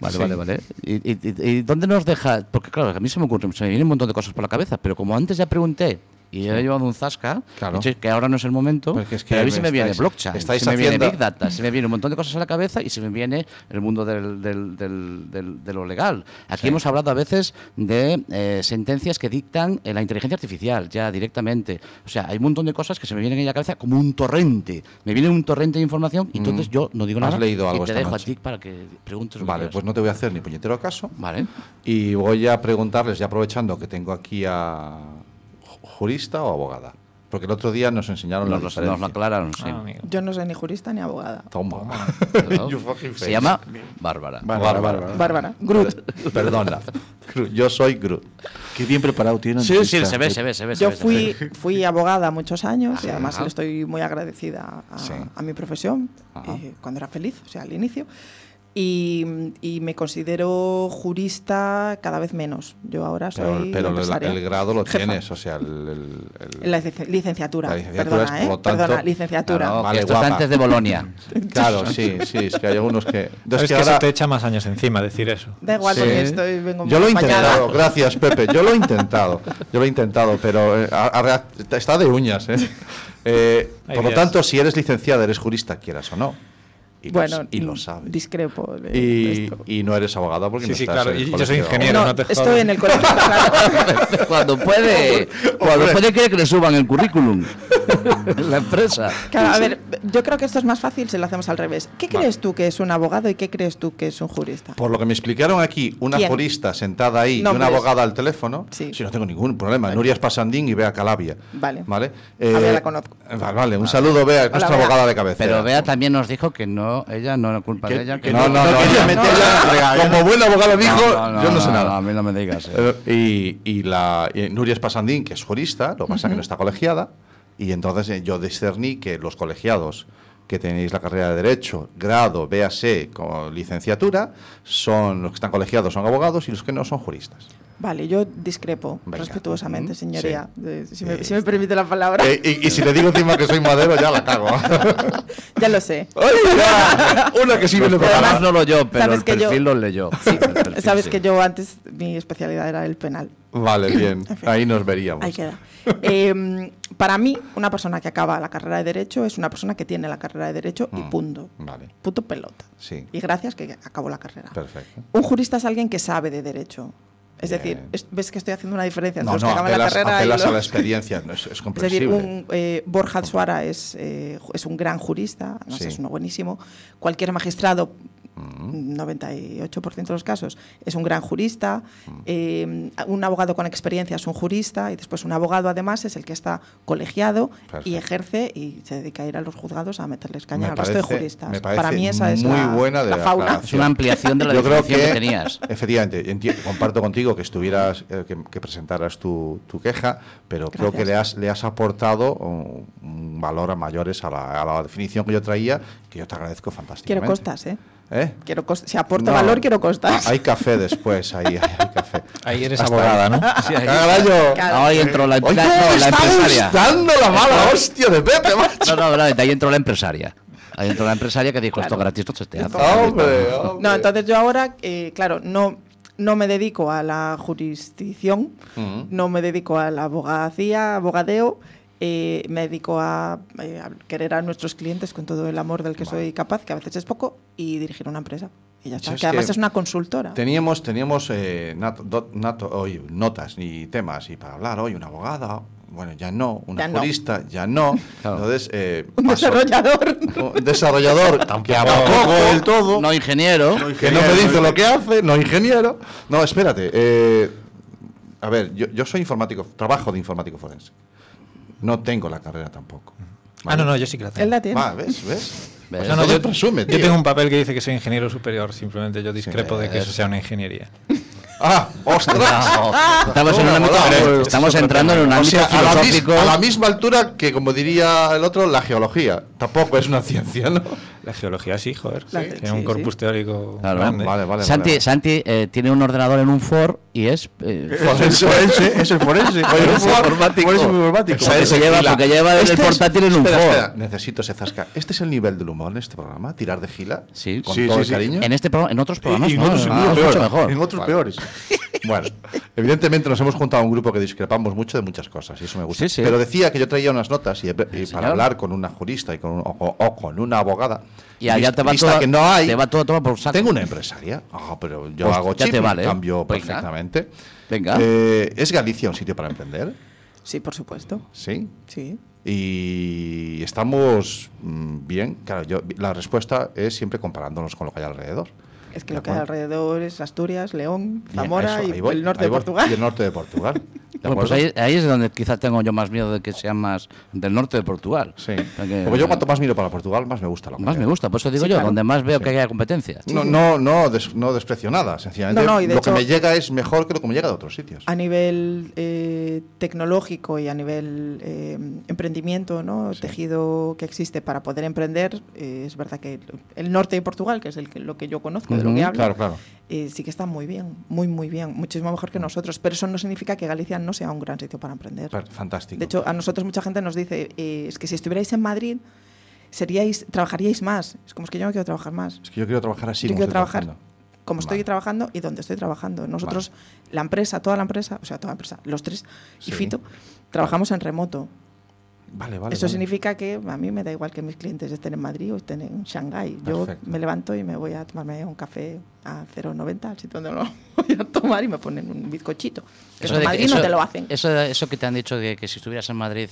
Speaker 3: Vale, vale, vale. ¿Y, y, y- y dónde nos deja? Porque claro, a mí se me ocurre, se me vienen un montón de cosas por la cabeza, pero como antes ya pregunté y ya he llevado un zasca,
Speaker 2: Claro.
Speaker 3: he dicho que ahora no es el momento,
Speaker 2: Porque es que
Speaker 3: pero a mí se me viene
Speaker 2: estáis-
Speaker 3: blockchain,
Speaker 2: estáis
Speaker 3: se me viene
Speaker 2: haciendo-
Speaker 3: Big Data, se me viene un montón de cosas a la cabeza y se me viene el mundo del, del- del- del- de lo legal. Aquí hemos hablado a veces de eh, sentencias que dictan eh, la inteligencia artificial ya directamente. O sea, hay un montón de cosas que se me vienen en la cabeza como un torrente. Me viene un torrente de información y entonces yo no digo
Speaker 2: Mm. ¿Has
Speaker 3: nada
Speaker 2: leído algo
Speaker 3: y te
Speaker 2: esta
Speaker 3: dejo
Speaker 2: noche?
Speaker 3: a ti para que preguntes. lo que
Speaker 2: Vale,
Speaker 3: quieras.
Speaker 2: pues no te voy a hacer ni puñetero caso.
Speaker 3: Vale.
Speaker 2: Y voy a preguntarles, ya aprovechando que tengo aquí a ju- jurista o abogada. Porque el otro día nos enseñaron
Speaker 3: Nos,
Speaker 2: la
Speaker 3: lo-
Speaker 2: diferencia.
Speaker 3: nos lo aclararon, sí.
Speaker 6: Ah, amigo.
Speaker 5: Yo no soy ni jurista ni abogada.
Speaker 2: Toma.
Speaker 3: Claro.
Speaker 2: You fucking
Speaker 3: Se
Speaker 2: face.
Speaker 3: llama Bárbara.
Speaker 2: Bárbara.
Speaker 5: Bárbara. Groot.
Speaker 2: Perdona. Gru- Yo soy Groot.
Speaker 9: Qué bien preparado tiene.
Speaker 3: Sí, sí, se ve, se ve, se ve. se
Speaker 5: Yo
Speaker 3: ve, se
Speaker 5: fui,
Speaker 3: ve.
Speaker 5: fui abogada muchos años y
Speaker 3: Ajá.
Speaker 5: además le estoy muy agradecida a,
Speaker 2: Sí.
Speaker 5: a mi profesión
Speaker 2: Ajá.
Speaker 5: eh, cuando era feliz, o sea, al inicio. y, y me considero jurista cada vez menos. Yo ahora
Speaker 2: Pero,
Speaker 5: soy.
Speaker 2: pero el-
Speaker 5: empresaria.
Speaker 2: el grado lo
Speaker 5: Jefa.
Speaker 2: tienes, o sea, el, el- el-
Speaker 5: La lic- licenciatura.
Speaker 2: la licenciatura
Speaker 5: perdona,
Speaker 2: es, por
Speaker 5: ¿eh?
Speaker 2: lo tanto-
Speaker 5: perdona, licenciatura.
Speaker 2: No, no, vale,
Speaker 3: que Ah, esto
Speaker 2: guapa.
Speaker 3: está antes de Bolonia.
Speaker 2: Claro, sí, sí, es que hay algunos que...
Speaker 6: Pero
Speaker 2: Es
Speaker 6: es
Speaker 2: que
Speaker 6: que
Speaker 2: ahora-
Speaker 6: se te echa más años encima decir eso.
Speaker 5: Da igual
Speaker 2: Sí.
Speaker 5: porque estoy, vengo
Speaker 2: Yo lo he
Speaker 5: acompañada.
Speaker 2: intentado, gracias Pepe, yo lo he intentado, yo lo he intentado, pero eh, a- a- está de uñas. ¿eh? Eh,
Speaker 6: Hay
Speaker 2: por lo
Speaker 6: días.
Speaker 2: tanto, si eres licenciada, eres jurista, quieras o no. Y, lo
Speaker 5: Bueno,
Speaker 2: s- y lo sabes.
Speaker 5: Discrepo. de- de
Speaker 2: Y,
Speaker 5: esto.
Speaker 2: y no eres abogada porque
Speaker 6: Sí,
Speaker 2: no
Speaker 6: sí,
Speaker 2: estás
Speaker 6: claro,
Speaker 2: en el
Speaker 6: y yo soy
Speaker 2: colegio.
Speaker 6: ingeniero. no te jodas.
Speaker 5: estoy en el colegio, claro.
Speaker 3: Cuando puede, cuando puede quiere que le suban el currículum. la empresa.
Speaker 5: Claro, a ver, yo creo que esto es más fácil si lo hacemos al revés. ¿Qué crees tú que es un abogado y qué crees tú que es un jurista?
Speaker 2: Por lo que me explicaron aquí, una
Speaker 5: ¿Quién?
Speaker 2: jurista sentada ahí y una
Speaker 5: Nombres.
Speaker 2: abogada al teléfono,
Speaker 5: Sí.
Speaker 2: si no tengo ningún problema, Nuria Spasandín y Bea Calabia.
Speaker 5: Vale.
Speaker 2: ¿Vale?
Speaker 5: A Bea la conozco. Ah.
Speaker 2: Vale, vale, un saludo, Bea, es nuestra
Speaker 5: Bea.
Speaker 2: abogada de cabeza.
Speaker 3: Pero Bea también nos dijo que no, ella no era culpa de ella.
Speaker 2: que no, no, no,
Speaker 3: ella-
Speaker 2: quería meterla, como buena abogada dijo,
Speaker 3: No, no,
Speaker 2: yo no,
Speaker 3: no,
Speaker 2: sé
Speaker 3: no,
Speaker 2: nada.
Speaker 3: no, a mí no me digas. eh.
Speaker 2: Eh, y, y la y Nuria Spasandín, que es jurista, lo que pasa es que no está colegiada, y entonces eh, yo discerní que los colegiados que tenéis la carrera de Derecho, grado, BAC, con licenciatura, son los que están colegiados son abogados y los que no son juristas.
Speaker 5: Vale, yo discrepo
Speaker 2: Venga.
Speaker 5: respetuosamente,
Speaker 2: Mm,
Speaker 5: señoría. Eh, Si, me,
Speaker 2: Eh,
Speaker 5: si me permite la palabra.
Speaker 2: Eh, y, y si le digo encima que soy madero, ya la cago.
Speaker 5: ya lo sé.
Speaker 2: ¡Ay, ya! Una que sí me
Speaker 3: Los
Speaker 2: lo
Speaker 3: programas no lo yo, pero
Speaker 5: sabes
Speaker 3: el
Speaker 5: que yo-
Speaker 3: perfil lo leyó. El perfil,
Speaker 5: Sabes
Speaker 3: sí.
Speaker 5: que yo antes mi especialidad era el penal.
Speaker 2: Vale, bien. Ahí nos veríamos.
Speaker 5: Ahí queda. Eh, para mí, una persona que acaba la carrera de Derecho es una persona que tiene la carrera de Derecho y
Speaker 2: Mm,
Speaker 5: punto.
Speaker 2: Vale,
Speaker 5: Punto pelota.
Speaker 2: sí.
Speaker 5: Y gracias que acabo la carrera.
Speaker 2: Perfecto.
Speaker 5: Un jurista es alguien que sabe de Derecho. Es
Speaker 2: Bien.
Speaker 5: decir, es- ves que estoy haciendo una diferencia entre
Speaker 2: No,
Speaker 5: los
Speaker 2: no,
Speaker 5: que acaban
Speaker 2: apelas,
Speaker 5: la carrera y
Speaker 2: apelas a
Speaker 5: los-
Speaker 2: la experiencia, no, es, es
Speaker 5: Es decir,
Speaker 2: comprensible.
Speaker 5: un, eh, Borja Suara es, eh, ju- es un gran jurista, además
Speaker 2: Sí.
Speaker 5: es uno buenísimo. Cualquier magistrado,
Speaker 2: Mm.
Speaker 5: 98% de los casos, es un gran jurista.
Speaker 2: Mm.
Speaker 5: Eh, un abogado con experiencia es un jurista y después un abogado además es el que está colegiado y
Speaker 2: Perfecto.
Speaker 5: ejerce y se dedica a ir a los juzgados a meterles caña
Speaker 2: Me
Speaker 5: al resto de
Speaker 2: parece-
Speaker 5: juristas.
Speaker 2: me
Speaker 5: Para
Speaker 2: parece
Speaker 5: mí esa es
Speaker 2: muy
Speaker 5: la,
Speaker 2: buena de
Speaker 5: la
Speaker 2: la
Speaker 5: fauna.
Speaker 2: aclaración.
Speaker 3: Es una ampliación de la
Speaker 2: Yo creo que,
Speaker 3: definición que tenías.
Speaker 2: efectivamente, enti- comparto contigo que estuvieras, eh, que, que presentaras tu, tu queja, pero creo que
Speaker 5: Gracias.
Speaker 2: le has, le has aportado un, un valor a mayores a la, a la definición que yo traía, que yo te agradezco
Speaker 5: Quiero
Speaker 2: fantásticamente.
Speaker 5: costas, ¿eh?
Speaker 2: ¿Eh?
Speaker 5: Quiero cos- si aporto
Speaker 2: No.
Speaker 5: valor, quiero costas.
Speaker 2: Hay café después, ahí hay, café.
Speaker 6: Ahí eres
Speaker 2: Hasta
Speaker 6: abogada, ¿no?
Speaker 3: Sí, ahí-
Speaker 2: ¡Carayo!
Speaker 5: Claro.
Speaker 3: Ahí entró la,
Speaker 2: Oye,
Speaker 3: la-
Speaker 2: ¿cómo
Speaker 3: no,
Speaker 2: me
Speaker 3: la
Speaker 2: está
Speaker 3: empresaria.
Speaker 2: gustando la mala hostia de Pepe, macho!
Speaker 3: No, no, no, ahí entró la empresaria. Ahí entró la empresaria que dijo esto gratis, no se te hace.
Speaker 2: ¡Hombre, hombre!
Speaker 5: No, entonces yo ahora, eh, claro, no, no me dedico a la jurisdicción,
Speaker 2: Mm.
Speaker 5: no me dedico a la abogacía, abogadeo, eh, me dedico a, eh, a querer a nuestros clientes con todo el amor del que soy capaz, que a veces es poco, y dirigir una empresa. Y
Speaker 2: Yo
Speaker 5: ya está,
Speaker 2: es
Speaker 5: que además
Speaker 2: que
Speaker 5: es una consultora.
Speaker 2: Teníamos, teníamos eh, nato- dot- nato- hoy, notas y temas y para hablar hoy una abogada, bueno, ya no, una
Speaker 5: Ya no.
Speaker 2: jurista, ya no.
Speaker 3: Claro.
Speaker 2: Entonces, eh,
Speaker 5: Un
Speaker 2: paso-
Speaker 5: desarrollador.
Speaker 2: un desarrollador, que tampoco del todo,
Speaker 3: No ingeniero.
Speaker 2: que no me dice lo que hace, no ingeniero. No, espérate. eh, a ver, yo, yo soy informático, trabajo de informático forense. No tengo la carrera tampoco.
Speaker 6: Ah, no, no, yo sí que la tengo.
Speaker 5: Él la tiene.
Speaker 2: Va, ¿ves? ¿Ves?
Speaker 3: ¿Ves?
Speaker 6: No, no,
Speaker 2: Entonces
Speaker 6: yo,
Speaker 2: presume,
Speaker 6: yo
Speaker 2: tío.
Speaker 6: tengo un papel que dice que soy ingeniero superior, simplemente yo discrepo de que eso
Speaker 3: eso.
Speaker 6: sea una ingeniería.
Speaker 2: ¡Ah! ¡Ostras!
Speaker 3: Estamos, en un
Speaker 2: Hola,
Speaker 3: ámbito-
Speaker 2: hola,
Speaker 3: pero
Speaker 2: hola.
Speaker 3: estamos entrando en un
Speaker 2: O
Speaker 3: ámbito
Speaker 2: sea, a la, mis-
Speaker 3: filosófico.
Speaker 2: a la misma altura que, como diría el otro, la geología. Tampoco es una ciencia, ¿no?
Speaker 6: La geología sí, joder.
Speaker 5: La-
Speaker 6: Tiene
Speaker 5: sí,
Speaker 6: un
Speaker 5: sí.
Speaker 6: corpus teórico
Speaker 3: Claro,
Speaker 6: grande.
Speaker 2: Vale, vale.
Speaker 3: Santi,
Speaker 2: vale.
Speaker 3: Santi eh, tiene un ordenador en un Ford y es. eh,
Speaker 2: Forense, forense, es el forense. Oye,
Speaker 3: Es
Speaker 2: por favor,
Speaker 3: informático.
Speaker 2: por eso es informático.
Speaker 3: Porque
Speaker 2: Ese
Speaker 3: lleva-
Speaker 2: gila.
Speaker 3: porque lleva el
Speaker 2: es-
Speaker 3: portátil en un
Speaker 2: espera,
Speaker 3: forro.
Speaker 2: espera, Necesito ese zasca. ¿Este es el nivel del humor en este programa? ¿Tirar de gila?
Speaker 3: Sí.
Speaker 2: con
Speaker 3: Sí,
Speaker 2: todo
Speaker 3: sí,
Speaker 2: el
Speaker 3: sí.
Speaker 2: cariño.
Speaker 3: En, este pro- en otros programas
Speaker 2: Y- y
Speaker 3: no,
Speaker 2: en otros
Speaker 3: no,
Speaker 2: sentidos
Speaker 3: no, es
Speaker 2: peor,
Speaker 3: mucho mejor.
Speaker 2: En otros
Speaker 3: Vale.
Speaker 2: peores. Bueno, evidentemente nos hemos juntado a un grupo que discrepamos mucho de muchas cosas y eso me gusta.
Speaker 3: Sí, sí.
Speaker 2: Pero decía que yo traía unas notas y, y
Speaker 3: señor.
Speaker 2: para hablar con una jurista y con un- o, o con una abogada.
Speaker 3: Y allá
Speaker 2: lista-
Speaker 3: te va,
Speaker 2: lista
Speaker 3: toda,
Speaker 2: que no hay.
Speaker 3: te va todo, todo por saco.
Speaker 2: Tengo una empresaria. Ah, pero yo
Speaker 3: Pues
Speaker 2: hago
Speaker 3: ya
Speaker 2: chip
Speaker 3: te
Speaker 2: y
Speaker 3: vale.
Speaker 2: cambio
Speaker 3: Venga.
Speaker 2: perfectamente.
Speaker 3: Venga.
Speaker 2: Eh, ¿Es Galicia un sitio para emprender?
Speaker 5: Sí, por supuesto.
Speaker 2: Sí.
Speaker 5: Sí.
Speaker 2: Y estamos mm, bien. Claro, yo, la respuesta es siempre comparándonos con lo que hay alrededor.
Speaker 5: Es que
Speaker 2: De
Speaker 5: lo que hay
Speaker 2: acuerdo.
Speaker 5: alrededor es Asturias, León,
Speaker 2: Bien,
Speaker 5: Zamora
Speaker 2: eso,
Speaker 5: y
Speaker 2: ahí voy,
Speaker 5: el norte
Speaker 2: ahí
Speaker 5: de
Speaker 2: voy.
Speaker 5: Portugal.
Speaker 2: Y el norte de Portugal.
Speaker 3: Bueno, pues ahí, ahí es donde quizás tengo yo más miedo de que sean más del norte de Portugal.
Speaker 2: Sí.
Speaker 3: Porque,
Speaker 2: Como yo
Speaker 3: eh,
Speaker 2: cuanto más miro para Portugal, más me gusta la
Speaker 3: más
Speaker 2: comida.
Speaker 3: me gusta, por eso digo
Speaker 5: Sí,
Speaker 3: yo,
Speaker 5: claro.
Speaker 3: donde más veo que haya competencia.
Speaker 2: No, no, no, des- no desprecio nada, sencillamente.
Speaker 5: No, no, y de
Speaker 2: lo
Speaker 5: hecho- Ah,
Speaker 2: que me llega es mejor que lo que me llega de otros sitios.
Speaker 5: a nivel eh, tecnológico y a nivel eh, emprendimiento, ¿no? El tejido que existe para poder emprender, eh, es verdad que el norte de Portugal, que es el que- lo que yo conozco, de lo que
Speaker 3: Ujú,
Speaker 5: hablo,
Speaker 2: Claro, claro.
Speaker 5: eh, sí que está muy bien, muy, muy bien, muchísimo mejor que nosotros, pero eso no significa que Galicia no sea un gran sitio para emprender.
Speaker 2: Per- Fantástico.
Speaker 5: De hecho, a nosotros mucha gente nos dice, eh, es que si estuvierais en Madrid, seríais, trabajaríais más. Es como es que yo no quiero trabajar más.
Speaker 2: es que yo quiero trabajar así.
Speaker 5: yo
Speaker 2: como
Speaker 5: quiero
Speaker 2: estoy
Speaker 5: trabajar
Speaker 2: trabajando.
Speaker 5: como estoy
Speaker 2: Vale.
Speaker 5: trabajando y donde estoy trabajando. Nosotros, la empresa, toda la empresa, o sea, toda la empresa, los tres
Speaker 2: Sí.
Speaker 5: y Fito, trabajamos en remoto.
Speaker 2: Vale, vale.
Speaker 5: Eso
Speaker 2: vale.
Speaker 5: significa que a mí me da igual que mis clientes estén en Madrid o estén en Shanghái.
Speaker 2: Perfecto.
Speaker 5: Yo me levanto y me voy a tomarme un café a 0,90 al sitio donde lo voy a tomar y me ponen un bizcochito. Que en
Speaker 3: de que-
Speaker 5: Madrid no te lo hacen,
Speaker 3: Eso, eso que te han dicho de que si estuvieras en Madrid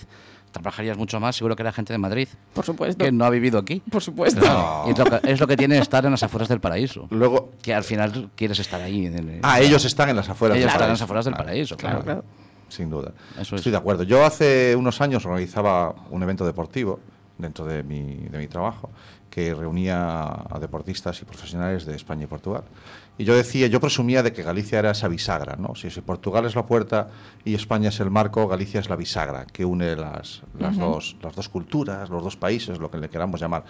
Speaker 3: trabajarías mucho más, seguro que era gente de Madrid,
Speaker 5: por supuesto.
Speaker 3: que no ha vivido aquí.
Speaker 5: Por supuesto.
Speaker 3: Y Es, lo que, es lo que tiene estar en las afueras del paraíso.
Speaker 2: Luego.
Speaker 3: Que al final quieres estar ahí. En el-
Speaker 2: Ah, ellos están en las afueras del
Speaker 3: Ellos están en
Speaker 2: paraíso.
Speaker 3: las afueras del
Speaker 2: Vale,
Speaker 3: paraíso,
Speaker 5: Claro, claro.
Speaker 2: Sin duda.
Speaker 3: Eso es.
Speaker 2: Estoy de acuerdo. Yo hace unos años organizaba un evento deportivo dentro de mi, de mi trabajo que reunía a deportistas y profesionales de España y Portugal. Y yo decía, yo presumía de que Galicia era esa bisagra, ¿no? Si, si Portugal es la puerta y España es el marco, Galicia es la bisagra que une las, las, dos, las dos culturas, los dos países, lo que le queramos llamar,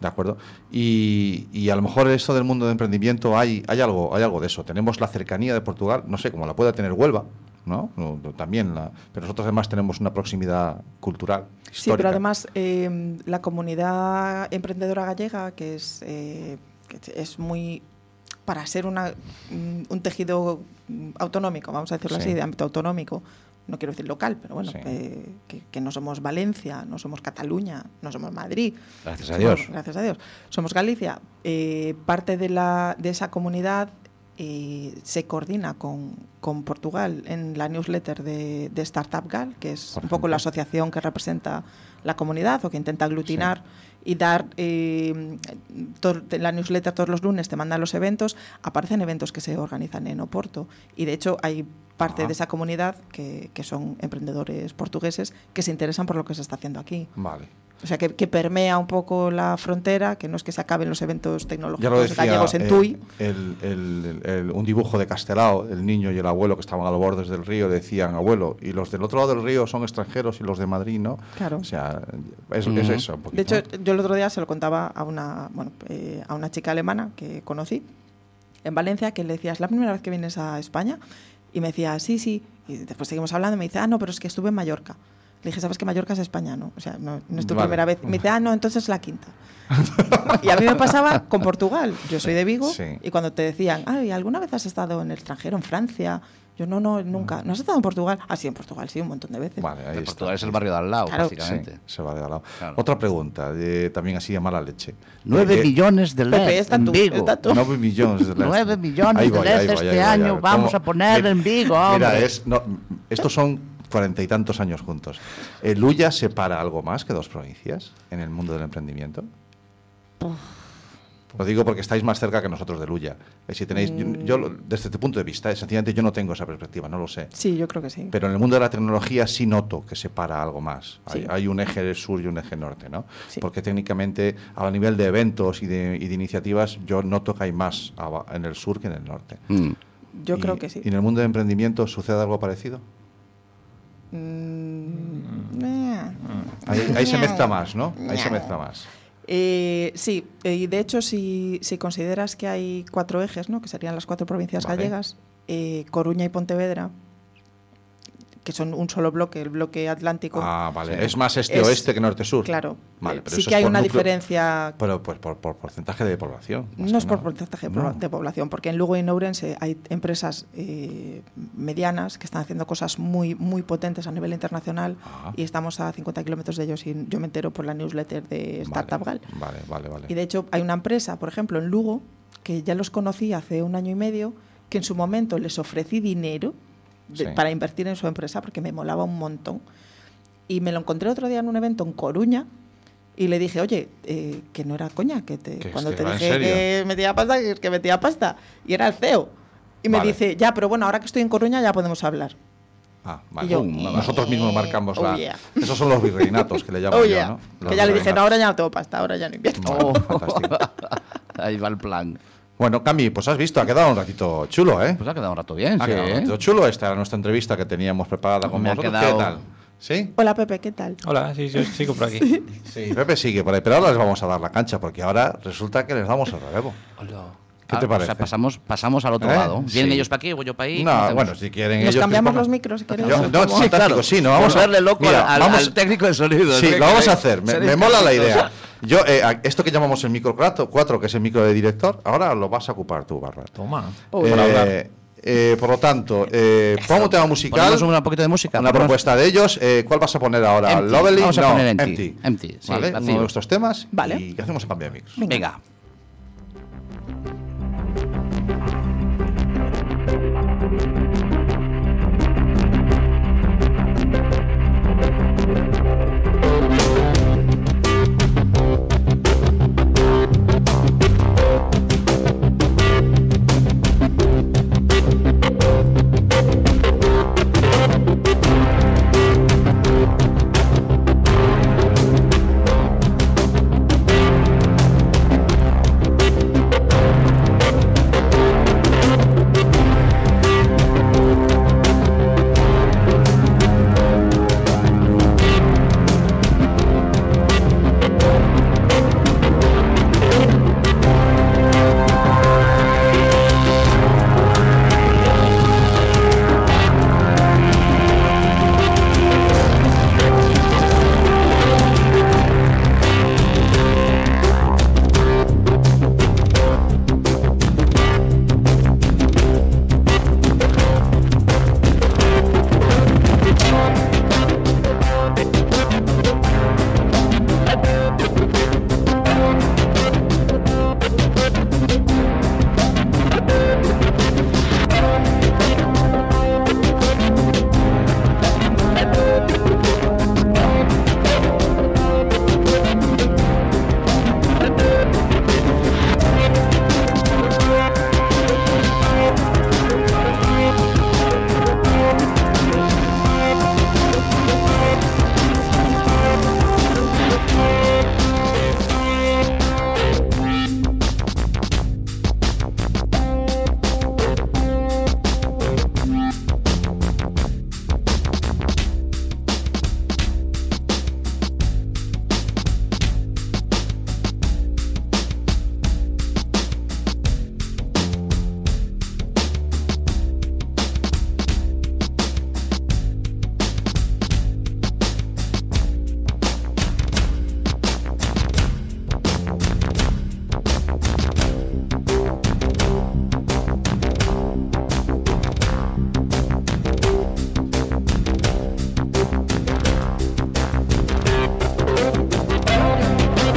Speaker 2: ¿de acuerdo? Y, y a lo mejor esto del mundo de emprendimiento hay, hay, algo, hay algo de eso. Tenemos la cercanía de Portugal, no sé, como la pueda tener Huelva, ¿no? No, no, También, la- pero nosotros además tenemos una proximidad cultural.
Speaker 5: Sí, pero
Speaker 2: histórica.
Speaker 5: además eh, la comunidad emprendedora gallega, que es, eh, que es muy, para ser una, mm, un tejido mm, autonómico, vamos a decirlo
Speaker 2: Sí.
Speaker 5: así, de ámbito autonómico, no quiero decir local, pero bueno,
Speaker 2: Sí.
Speaker 5: eh, que, que no somos Valencia, no somos Cataluña, no somos Madrid.
Speaker 3: Gracias a Dios.
Speaker 5: Somos- gracias a Dios. Somos Galicia. Eh, parte de, la, de esa comunidad eh, se coordina con, con Portugal en la newsletter de, de Startup Gal, que es
Speaker 2: Por
Speaker 5: un poco
Speaker 2: ejemplo.
Speaker 5: la asociación que representa la comunidad o que intenta aglutinar y dar eh, to- la newsletter todos los lunes, te mandan los eventos, aparecen eventos que se organizan en Oporto y de hecho hay parte
Speaker 2: Ajá.
Speaker 5: de esa comunidad que, que son emprendedores portugueses que se interesan por lo que se está haciendo aquí.
Speaker 2: Vale.
Speaker 5: O sea, que, que permea un poco la frontera, que no es que se acaben los eventos
Speaker 2: Ya lo
Speaker 5: tecnológicos
Speaker 2: decía
Speaker 5: gallegos en
Speaker 2: eh,
Speaker 5: Tui.
Speaker 2: el- el- el- el- un dibujo de Castelao, el niño y el abuelo que estaban a los bordes del río le decían, abuelo, y los del otro lado del río son extranjeros y los de Madrid no.
Speaker 5: Claro.
Speaker 2: O sea, es,
Speaker 3: Ujú.
Speaker 2: es eso. un
Speaker 5: De
Speaker 2: poquito.
Speaker 5: hecho, yo el otro día se lo contaba a una, bueno, eh, a una chica alemana que conocí en Valencia, que le decía, es la primera vez que vienes a España. Y me decía, sí, sí. Y después seguimos hablando. y Me dice, ah, no, pero es que estuve en Mallorca. Le dije, ¿sabes que Mallorca es España? No, o sea, no, no es tu
Speaker 2: Vale.
Speaker 5: primera vez. Y Me dice, ah, no, entonces la quinta. y a mí me pasaba con Portugal. Yo soy de Vigo.
Speaker 2: Sí.
Speaker 5: Y cuando te decían, ay, ¿alguna vez has estado en el extranjero, en Francia? Yo, no, no, nunca. ¿No has estado en Portugal? Ah, sí, en Portugal, sí, un montón de veces.
Speaker 2: Mm. Vale, ahí
Speaker 3: De
Speaker 2: está.
Speaker 3: Portugal es el barrio de al lado,
Speaker 5: Claro.
Speaker 2: Sí,
Speaker 3: básicamente.
Speaker 2: se va de al lado.
Speaker 3: Claro.
Speaker 2: Otra pregunta, eh, también así a mala leche.
Speaker 3: Nueve
Speaker 2: Eh, eh,
Speaker 3: millones de
Speaker 5: Pepe,
Speaker 3: LED
Speaker 5: está
Speaker 3: en
Speaker 5: tú,
Speaker 3: Vigo.
Speaker 5: está tú.
Speaker 2: 9 millones de
Speaker 3: Nueve millones de
Speaker 2: ahí
Speaker 3: leds
Speaker 2: ahí
Speaker 3: este
Speaker 2: ahí ahí
Speaker 3: año vamos a poner en Vigo,
Speaker 2: Mira,
Speaker 3: hombre.
Speaker 2: es, no, estos son cuarenta y tantos años juntos. Eh, ¿El Ulla separa algo más que dos provincias en el mundo del emprendimiento? Lo digo porque estáis más cerca que nosotros del Ulla. Eh, Si tenéis, yo, yo lo- desde este punto de vista, eh, sencillamente yo no tengo esa perspectiva, no lo sé.
Speaker 5: Sí, yo creo que sí.
Speaker 2: Pero en el mundo de la tecnología sí noto que separa algo más. Hay,
Speaker 5: Sí.
Speaker 2: hay un eje sur y un eje norte, ¿no?
Speaker 5: Sí.
Speaker 2: Porque técnicamente, a nivel de eventos y de, y de iniciativas, yo noto que hay más aba- en el sur que en el norte.
Speaker 3: Mm.
Speaker 5: Yo
Speaker 2: Y-
Speaker 5: creo que sí.
Speaker 2: ¿Y en el mundo de emprendimiento sucede algo parecido?
Speaker 5: Mm, eh.
Speaker 2: Ahí, ahí se mezcla más, ¿no? Ahí se mezcla más.
Speaker 5: Eh, sí, eh, y de hecho, si, si consideras que hay cuatro ejes, ¿no? que serían las cuatro provincias
Speaker 2: Vale.
Speaker 5: gallegas, eh, Coruña y Pontevedra, que son un solo bloque, el bloque atlántico.
Speaker 2: Ah, vale. Es más
Speaker 5: Es-
Speaker 2: este-oeste que norte-sur.
Speaker 5: Claro,
Speaker 2: Vale,
Speaker 5: Eh,
Speaker 2: pero
Speaker 5: sí
Speaker 2: eso
Speaker 5: que
Speaker 2: es
Speaker 5: hay
Speaker 2: por
Speaker 5: una
Speaker 2: núcleo-
Speaker 5: diferencia.
Speaker 2: Pero pues por, por porcentaje de población. más
Speaker 5: No es
Speaker 2: que
Speaker 5: por
Speaker 2: nada.
Speaker 5: porcentaje de,
Speaker 2: No.
Speaker 5: pobla- de población, porque en Lugo y en Ourense hay empresas eh, medianas que están haciendo cosas muy, muy potentes a nivel internacional
Speaker 2: Ah.
Speaker 5: y estamos a 50 kilómetros de ellos y yo me entero por la newsletter de Startup Gal.
Speaker 2: Vale, vale, vale.
Speaker 5: Y de hecho hay una empresa, por ejemplo, en Lugo, que ya los conocí hace un año y medio, que en su momento les ofrecí dinero de-
Speaker 2: Sí.
Speaker 5: para invertir en su empresa porque me molaba un montón. Y me lo encontré otro día en un evento en Coruña y le dije, oye, eh, que no era coña, que te-
Speaker 2: Que es
Speaker 5: cuando
Speaker 2: que
Speaker 5: te
Speaker 2: va en
Speaker 5: dije
Speaker 2: serio.
Speaker 5: que metía pasta, que es que metía pasta. Y era el CEO. Y me
Speaker 2: Vale.
Speaker 5: dice, ya, pero bueno, ahora que estoy en Coruña ya podemos hablar.
Speaker 1: Ah, vale.
Speaker 5: Y yo, "Eh,
Speaker 1: Pum, Nosotros mismos marcamos
Speaker 5: oh,
Speaker 1: la.
Speaker 5: yeah.
Speaker 1: Esos son los virreinatos que le llaman
Speaker 5: Oh,
Speaker 1: yo,
Speaker 5: yeah.
Speaker 1: ¿no? Los
Speaker 5: Que ya le dije,
Speaker 1: virreinatos.
Speaker 5: no, ahora ya no tengo pasta, ahora ya no
Speaker 2: Mm.
Speaker 5: invierto.
Speaker 1: Bueno, fantástico.
Speaker 3: Oh. Ahí va el plan.
Speaker 1: Bueno, Cami, pues has visto, ha quedado un ratito chulo, ¿eh?
Speaker 3: Pues ha quedado un rato bien,
Speaker 1: ha
Speaker 3: sí.
Speaker 1: quedado un
Speaker 3: ¿eh?
Speaker 1: ratito chulo esta era nuestra entrevista que teníamos preparada con
Speaker 3: Me ha
Speaker 1: vosotros.
Speaker 3: quedado-
Speaker 1: ¿Qué tal? ¿Sí?
Speaker 5: Hola Pepe, ¿qué tal?
Speaker 6: Hola, sí, yo sigo por aquí.
Speaker 1: Sí, Pepe sigue por ahí, pero ahora les vamos a dar la cancha porque ahora resulta que les damos el relevo. ¿Qué te
Speaker 3: Ah, O
Speaker 1: parece?
Speaker 3: sea, pasamos, pasamos al otro
Speaker 1: ¿Eh?
Speaker 3: lado. Vienen
Speaker 1: Sí.
Speaker 3: ellos para aquí, voy yo para ahí.
Speaker 1: No,
Speaker 3: ¿Cómo
Speaker 1: bueno,
Speaker 3: hacemos?
Speaker 1: si quieren
Speaker 5: Nos
Speaker 1: ellos.
Speaker 5: cambiamos
Speaker 1: que
Speaker 5: los
Speaker 1: pongan-
Speaker 5: micros si queréis.
Speaker 1: Yo- no,
Speaker 5: ¿Cómo?
Speaker 1: sí, fantástico, sí, no, vamos a-
Speaker 3: Volverle loco
Speaker 1: mira,
Speaker 3: al,
Speaker 1: vamos-
Speaker 3: al técnico de sonido.
Speaker 1: Sí,
Speaker 3: Que-
Speaker 1: lo vamos
Speaker 3: que-
Speaker 1: a hacer. Me,
Speaker 3: seréis
Speaker 1: me mola la
Speaker 3: caritos.
Speaker 1: idea. Yo, eh, a- esto que llamamos el micro 4, que es el micro de director, ahora lo vas a ocupar tú, Barbara.
Speaker 6: Toma.
Speaker 5: Oh,
Speaker 1: Eh,
Speaker 5: para hablar.
Speaker 1: eh, por lo tanto, eh, pon un tema musical,
Speaker 3: Ponemos un poquito de música.
Speaker 1: una
Speaker 3: ponemos-
Speaker 1: propuesta de ellos. Eh, ¿Cuál vas a poner ahora?
Speaker 3: Empty.
Speaker 1: ¿Lovely?
Speaker 3: Vamos a
Speaker 1: no,
Speaker 3: poner Empty. Empty, sí,
Speaker 1: ¿Vale? Uno
Speaker 3: vacío.
Speaker 1: de nuestros temas.
Speaker 5: Vale.
Speaker 1: ¿Y qué hacemos en cambio de micros?
Speaker 3: Venga.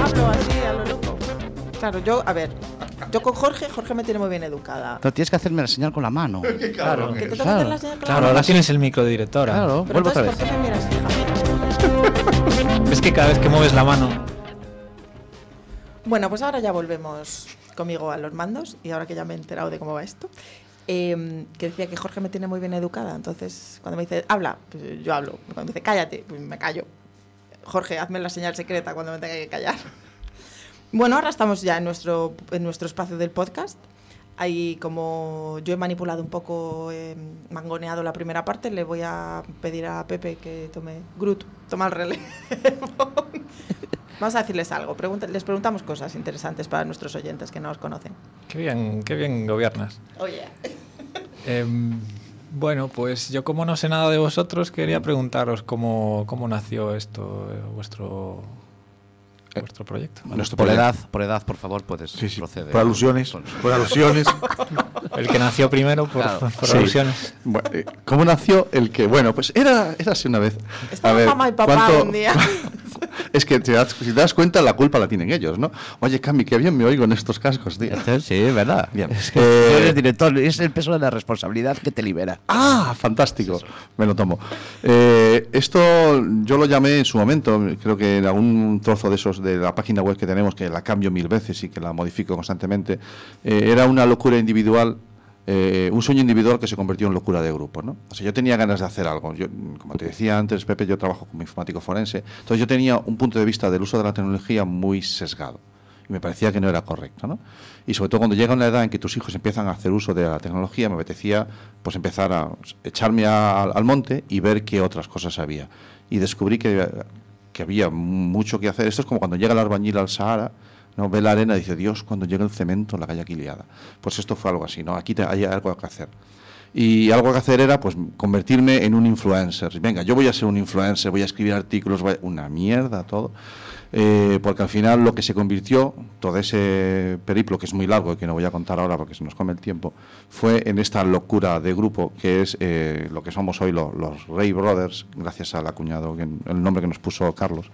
Speaker 5: Hablo así a lo loco. Claro, yo, a ver, yo con Jorge, Jorge me tiene muy bien educada.
Speaker 3: No, tienes que hacerme la señal con la mano.
Speaker 5: Que tú te
Speaker 3: Claro,
Speaker 5: metes la señal con la
Speaker 6: Claro,
Speaker 5: mano.
Speaker 6: ahora tienes el micro de directora.
Speaker 3: Claro,
Speaker 5: Pero
Speaker 3: vuelvo otra
Speaker 5: entonces,
Speaker 3: vez.
Speaker 5: ¿por qué me miras fijamente?
Speaker 6: Es que cada vez que mueves la mano.
Speaker 5: Bueno, pues ahora ya volvemos conmigo a los mandos y ahora que ya me he enterado de cómo va esto. eh, que decía que Jorge me tiene muy bien educada, entonces cuando me dice habla, pues yo hablo. Cuando dice cállate, pues me callo. Jorge, hazme la señal secreta cuando me tenga que callar. Bueno, ahora estamos ya en nuestro, en nuestro espacio del podcast. Ahí, como yo he manipulado un poco, eh, mangoneado la primera parte, le voy a pedir a Pepe que tome. Groot, toma el relevo. Vamos a decirles algo. pregunta- les preguntamos cosas interesantes para nuestros oyentes que no os conocen.
Speaker 6: Qué bien, qué bien gobiernas.
Speaker 5: Oye.
Speaker 6: Em, bueno, pues yo como no sé nada de vosotros, quería preguntaros cómo, cómo nació esto, eh, vuestro, vuestro proyecto.
Speaker 1: Nuestro
Speaker 3: Por
Speaker 1: proyecto.
Speaker 3: edad, por edad, por favor, puedes
Speaker 2: Sí, sí,
Speaker 3: proceder.
Speaker 2: por alusiones. Por alusiones.
Speaker 6: El que nació primero por,
Speaker 3: Claro.
Speaker 6: por
Speaker 2: Sí.
Speaker 6: alusiones.
Speaker 2: Bueno, eh, ¿Cómo nació el que? Bueno, pues era, era así una vez.
Speaker 5: Estaba mamá y papá un día.
Speaker 2: Es que te das, si te das cuenta, la culpa la tienen ellos, ¿no? Oye, Cami, qué bien me oigo en estos cascos, tío.
Speaker 3: Este, Sí, es verdad.
Speaker 2: Bien.
Speaker 3: Es que
Speaker 2: Eh,
Speaker 3: tú eres director, es el peso de la responsabilidad que te libera.
Speaker 2: Ah, fantástico. Me lo tomo. Eh, esto yo lo llamé en su momento, creo que en algún trozo de esos de la página web que tenemos, que la cambio mil veces y que la modifico constantemente, eh, era una locura individual eh, un sueño individual que se convirtió en locura de grupo. ¿no? O sea, yo tenía ganas de hacer algo. Yo, como te decía antes, Pepe, yo trabajo como informático forense. Entonces yo tenía un punto de vista del uso de la tecnología muy sesgado. Y me parecía que no era correcto. ¿no? Y sobre todo cuando llega una edad en que tus hijos empiezan a hacer uso de la tecnología, me apetecía pues empezar a echarme a- al monte y ver qué otras cosas había. Y descubrí que, que había mucho que hacer. Esto es como cuando llega el albañil al Sahara, ¿no? ve la arena y dice, Dios, cuando llegue el cemento, la calle aquí liada. Pues esto fue algo así, ¿no? Aquí te- hay algo que hacer. Y algo que hacer era pues convertirme en un influencer. Venga, yo voy a ser un influencer, voy a escribir artículos, voy a- una mierda todo. Eh, porque al final lo que se convirtió, todo ese periplo que es muy largo y que no voy a contar ahora porque se nos come el tiempo, fue en esta locura de grupo que es eh, lo que somos hoy lo- los Ray Brothers, gracias al acuñado, que- el nombre que nos puso Carlos.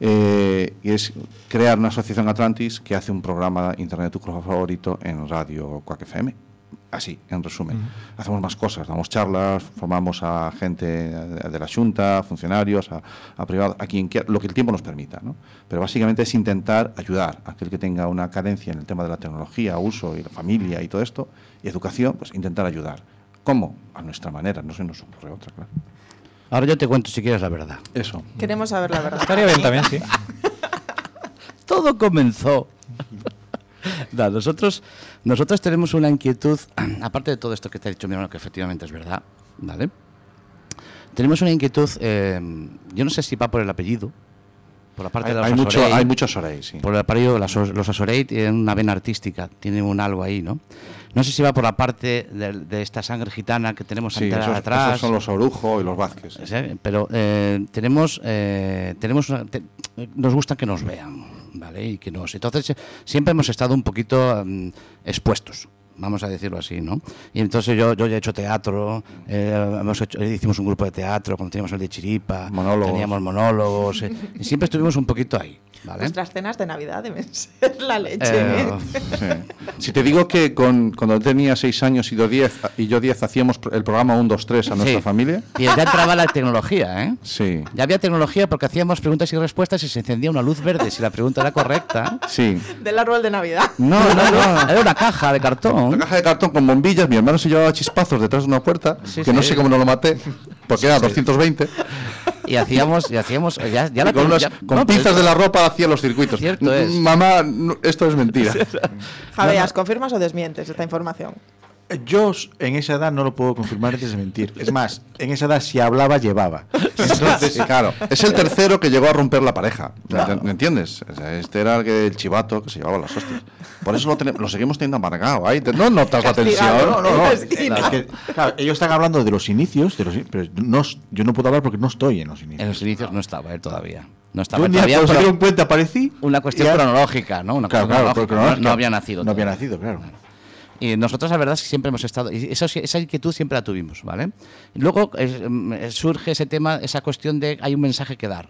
Speaker 2: Eh, y es crear una asociación Atlantis que hace un programa Internet tu programa favorito en Radio Quack FM. Así, en resumen. Hacemos más cosas, damos charlas, formamos a gente de la Junta, a funcionarios, a, a privados, a quien quiera, lo que el tiempo nos permita. ¿no? Pero básicamente es intentar ayudar a aquel que tenga una carencia en el tema de la tecnología, uso y la familia y todo esto, y educación, pues intentar ayudar. ¿Cómo? A nuestra manera, no se nos ocurre otra, claro.
Speaker 3: Ahora yo te cuento si quieres la verdad.
Speaker 2: Eso.
Speaker 5: Queremos saber la verdad.
Speaker 6: Estaría bien también, sí.
Speaker 3: Todo comenzó. No, nosotros, nosotros tenemos una inquietud, aparte de todo esto que te ha dicho mi hermano, que efectivamente es verdad, ¿vale? Tenemos una inquietud, eh, yo no sé si va por el apellido, por la parte
Speaker 2: Hay,
Speaker 3: de la
Speaker 2: hay mucho, hay muchos Sorey, sí.
Speaker 3: Por el apellido, las os- los Asorey tienen una vena artística, tienen un algo ahí, ¿no? No sé si va por la parte de, de esta sangre gitana que tenemos
Speaker 2: Sí,
Speaker 3: ante-
Speaker 2: esos-
Speaker 3: atrás.
Speaker 2: esos son los Orujo y los Vázquez. sí.
Speaker 3: Sí, pero eh, tenemos eh, tenemos una- te- nos gusta que nos vean vale y que nos entonces eh, siempre hemos estado un poquito mm, expuestos vamos a decirlo así no y entonces yo yo ya he hecho teatro eh, hemos hecho- hicimos un grupo de teatro cuando teníamos el de chiripa
Speaker 2: Monólogos.
Speaker 3: teníamos monólogos eh, y siempre estuvimos un poquito ahí vale
Speaker 5: Nuestras cenas de Navidad deben ser la leche.
Speaker 3: Eh,
Speaker 5: ¿eh?
Speaker 2: Sí. Si te digo que con, cuando tenía 6 años y yo 10, y yo 10 hacíamos pr- el programa 1, 2, 3 a nuestra
Speaker 3: Sí.
Speaker 2: familia.
Speaker 3: y ya entraba la tecnología eh
Speaker 2: Sí,
Speaker 3: ya había tecnología porque hacíamos preguntas y respuestas y se encendía una luz verde si la pregunta era correcta
Speaker 2: sí.
Speaker 5: Del árbol de Navidad.
Speaker 2: No, no, no.
Speaker 3: era una caja de cartón
Speaker 2: Una caja de cartón con bombillas, mi hermano se llevaba chispazos detrás de una puerta,
Speaker 3: Sí,
Speaker 2: que no
Speaker 3: sí.
Speaker 2: sé cómo no lo maté, porque era 220,
Speaker 3: Y hacíamos, y hacíamos, ya, ya la
Speaker 2: y con, unas,
Speaker 3: ya-
Speaker 2: con
Speaker 3: no, pero
Speaker 2: pinzas
Speaker 3: es-
Speaker 2: de la ropa hacía los circuitos.
Speaker 3: Cierto es.
Speaker 2: Mamá, no, esto es mentira.
Speaker 5: Javeas, ¿confirmas o desmientes esta información?
Speaker 9: Yo s- en esa edad no lo puedo confirmar antes de mentir. Es más, en esa edad si hablaba, llevaba.
Speaker 2: Entonces, claro, es el tercero que llegó a romper la pareja. O sea, ¿Me entiendes? O sea, este era el, que- el chivato que se llevaba las hostias. Por eso lo, tenem- lo seguimos teniendo amargado. ahí. Te- no notas la tensión.
Speaker 5: Castigado,
Speaker 9: No, no, no.
Speaker 5: Es que
Speaker 9: Eh,
Speaker 5: no.
Speaker 9: es que, claro, ellos están hablando de los inicios, de los, in- pero no, s- yo no puedo hablar porque no estoy en los
Speaker 3: En
Speaker 9: inicios.
Speaker 3: los inicios no estaba él todavía. No
Speaker 9: Yo
Speaker 3: estaba
Speaker 9: un día
Speaker 3: todavía.
Speaker 9: cuando se
Speaker 3: pero
Speaker 9: dieron cuenta aparecí.
Speaker 3: una cuestión
Speaker 9: ya-
Speaker 3: cronológica, ¿no? Una cuestión
Speaker 9: Claro, claro,
Speaker 3: cronológica,
Speaker 9: porque
Speaker 3: no, no había nacido.
Speaker 9: No había
Speaker 3: todavía.
Speaker 9: nacido, claro.
Speaker 3: Y nosotros la verdad es que siempre hemos estado, y eso, sí- esa inquietud siempre la tuvimos, ¿vale? Luego es, mm, eh, surge ese tema, esa cuestión de hay un mensaje que dar.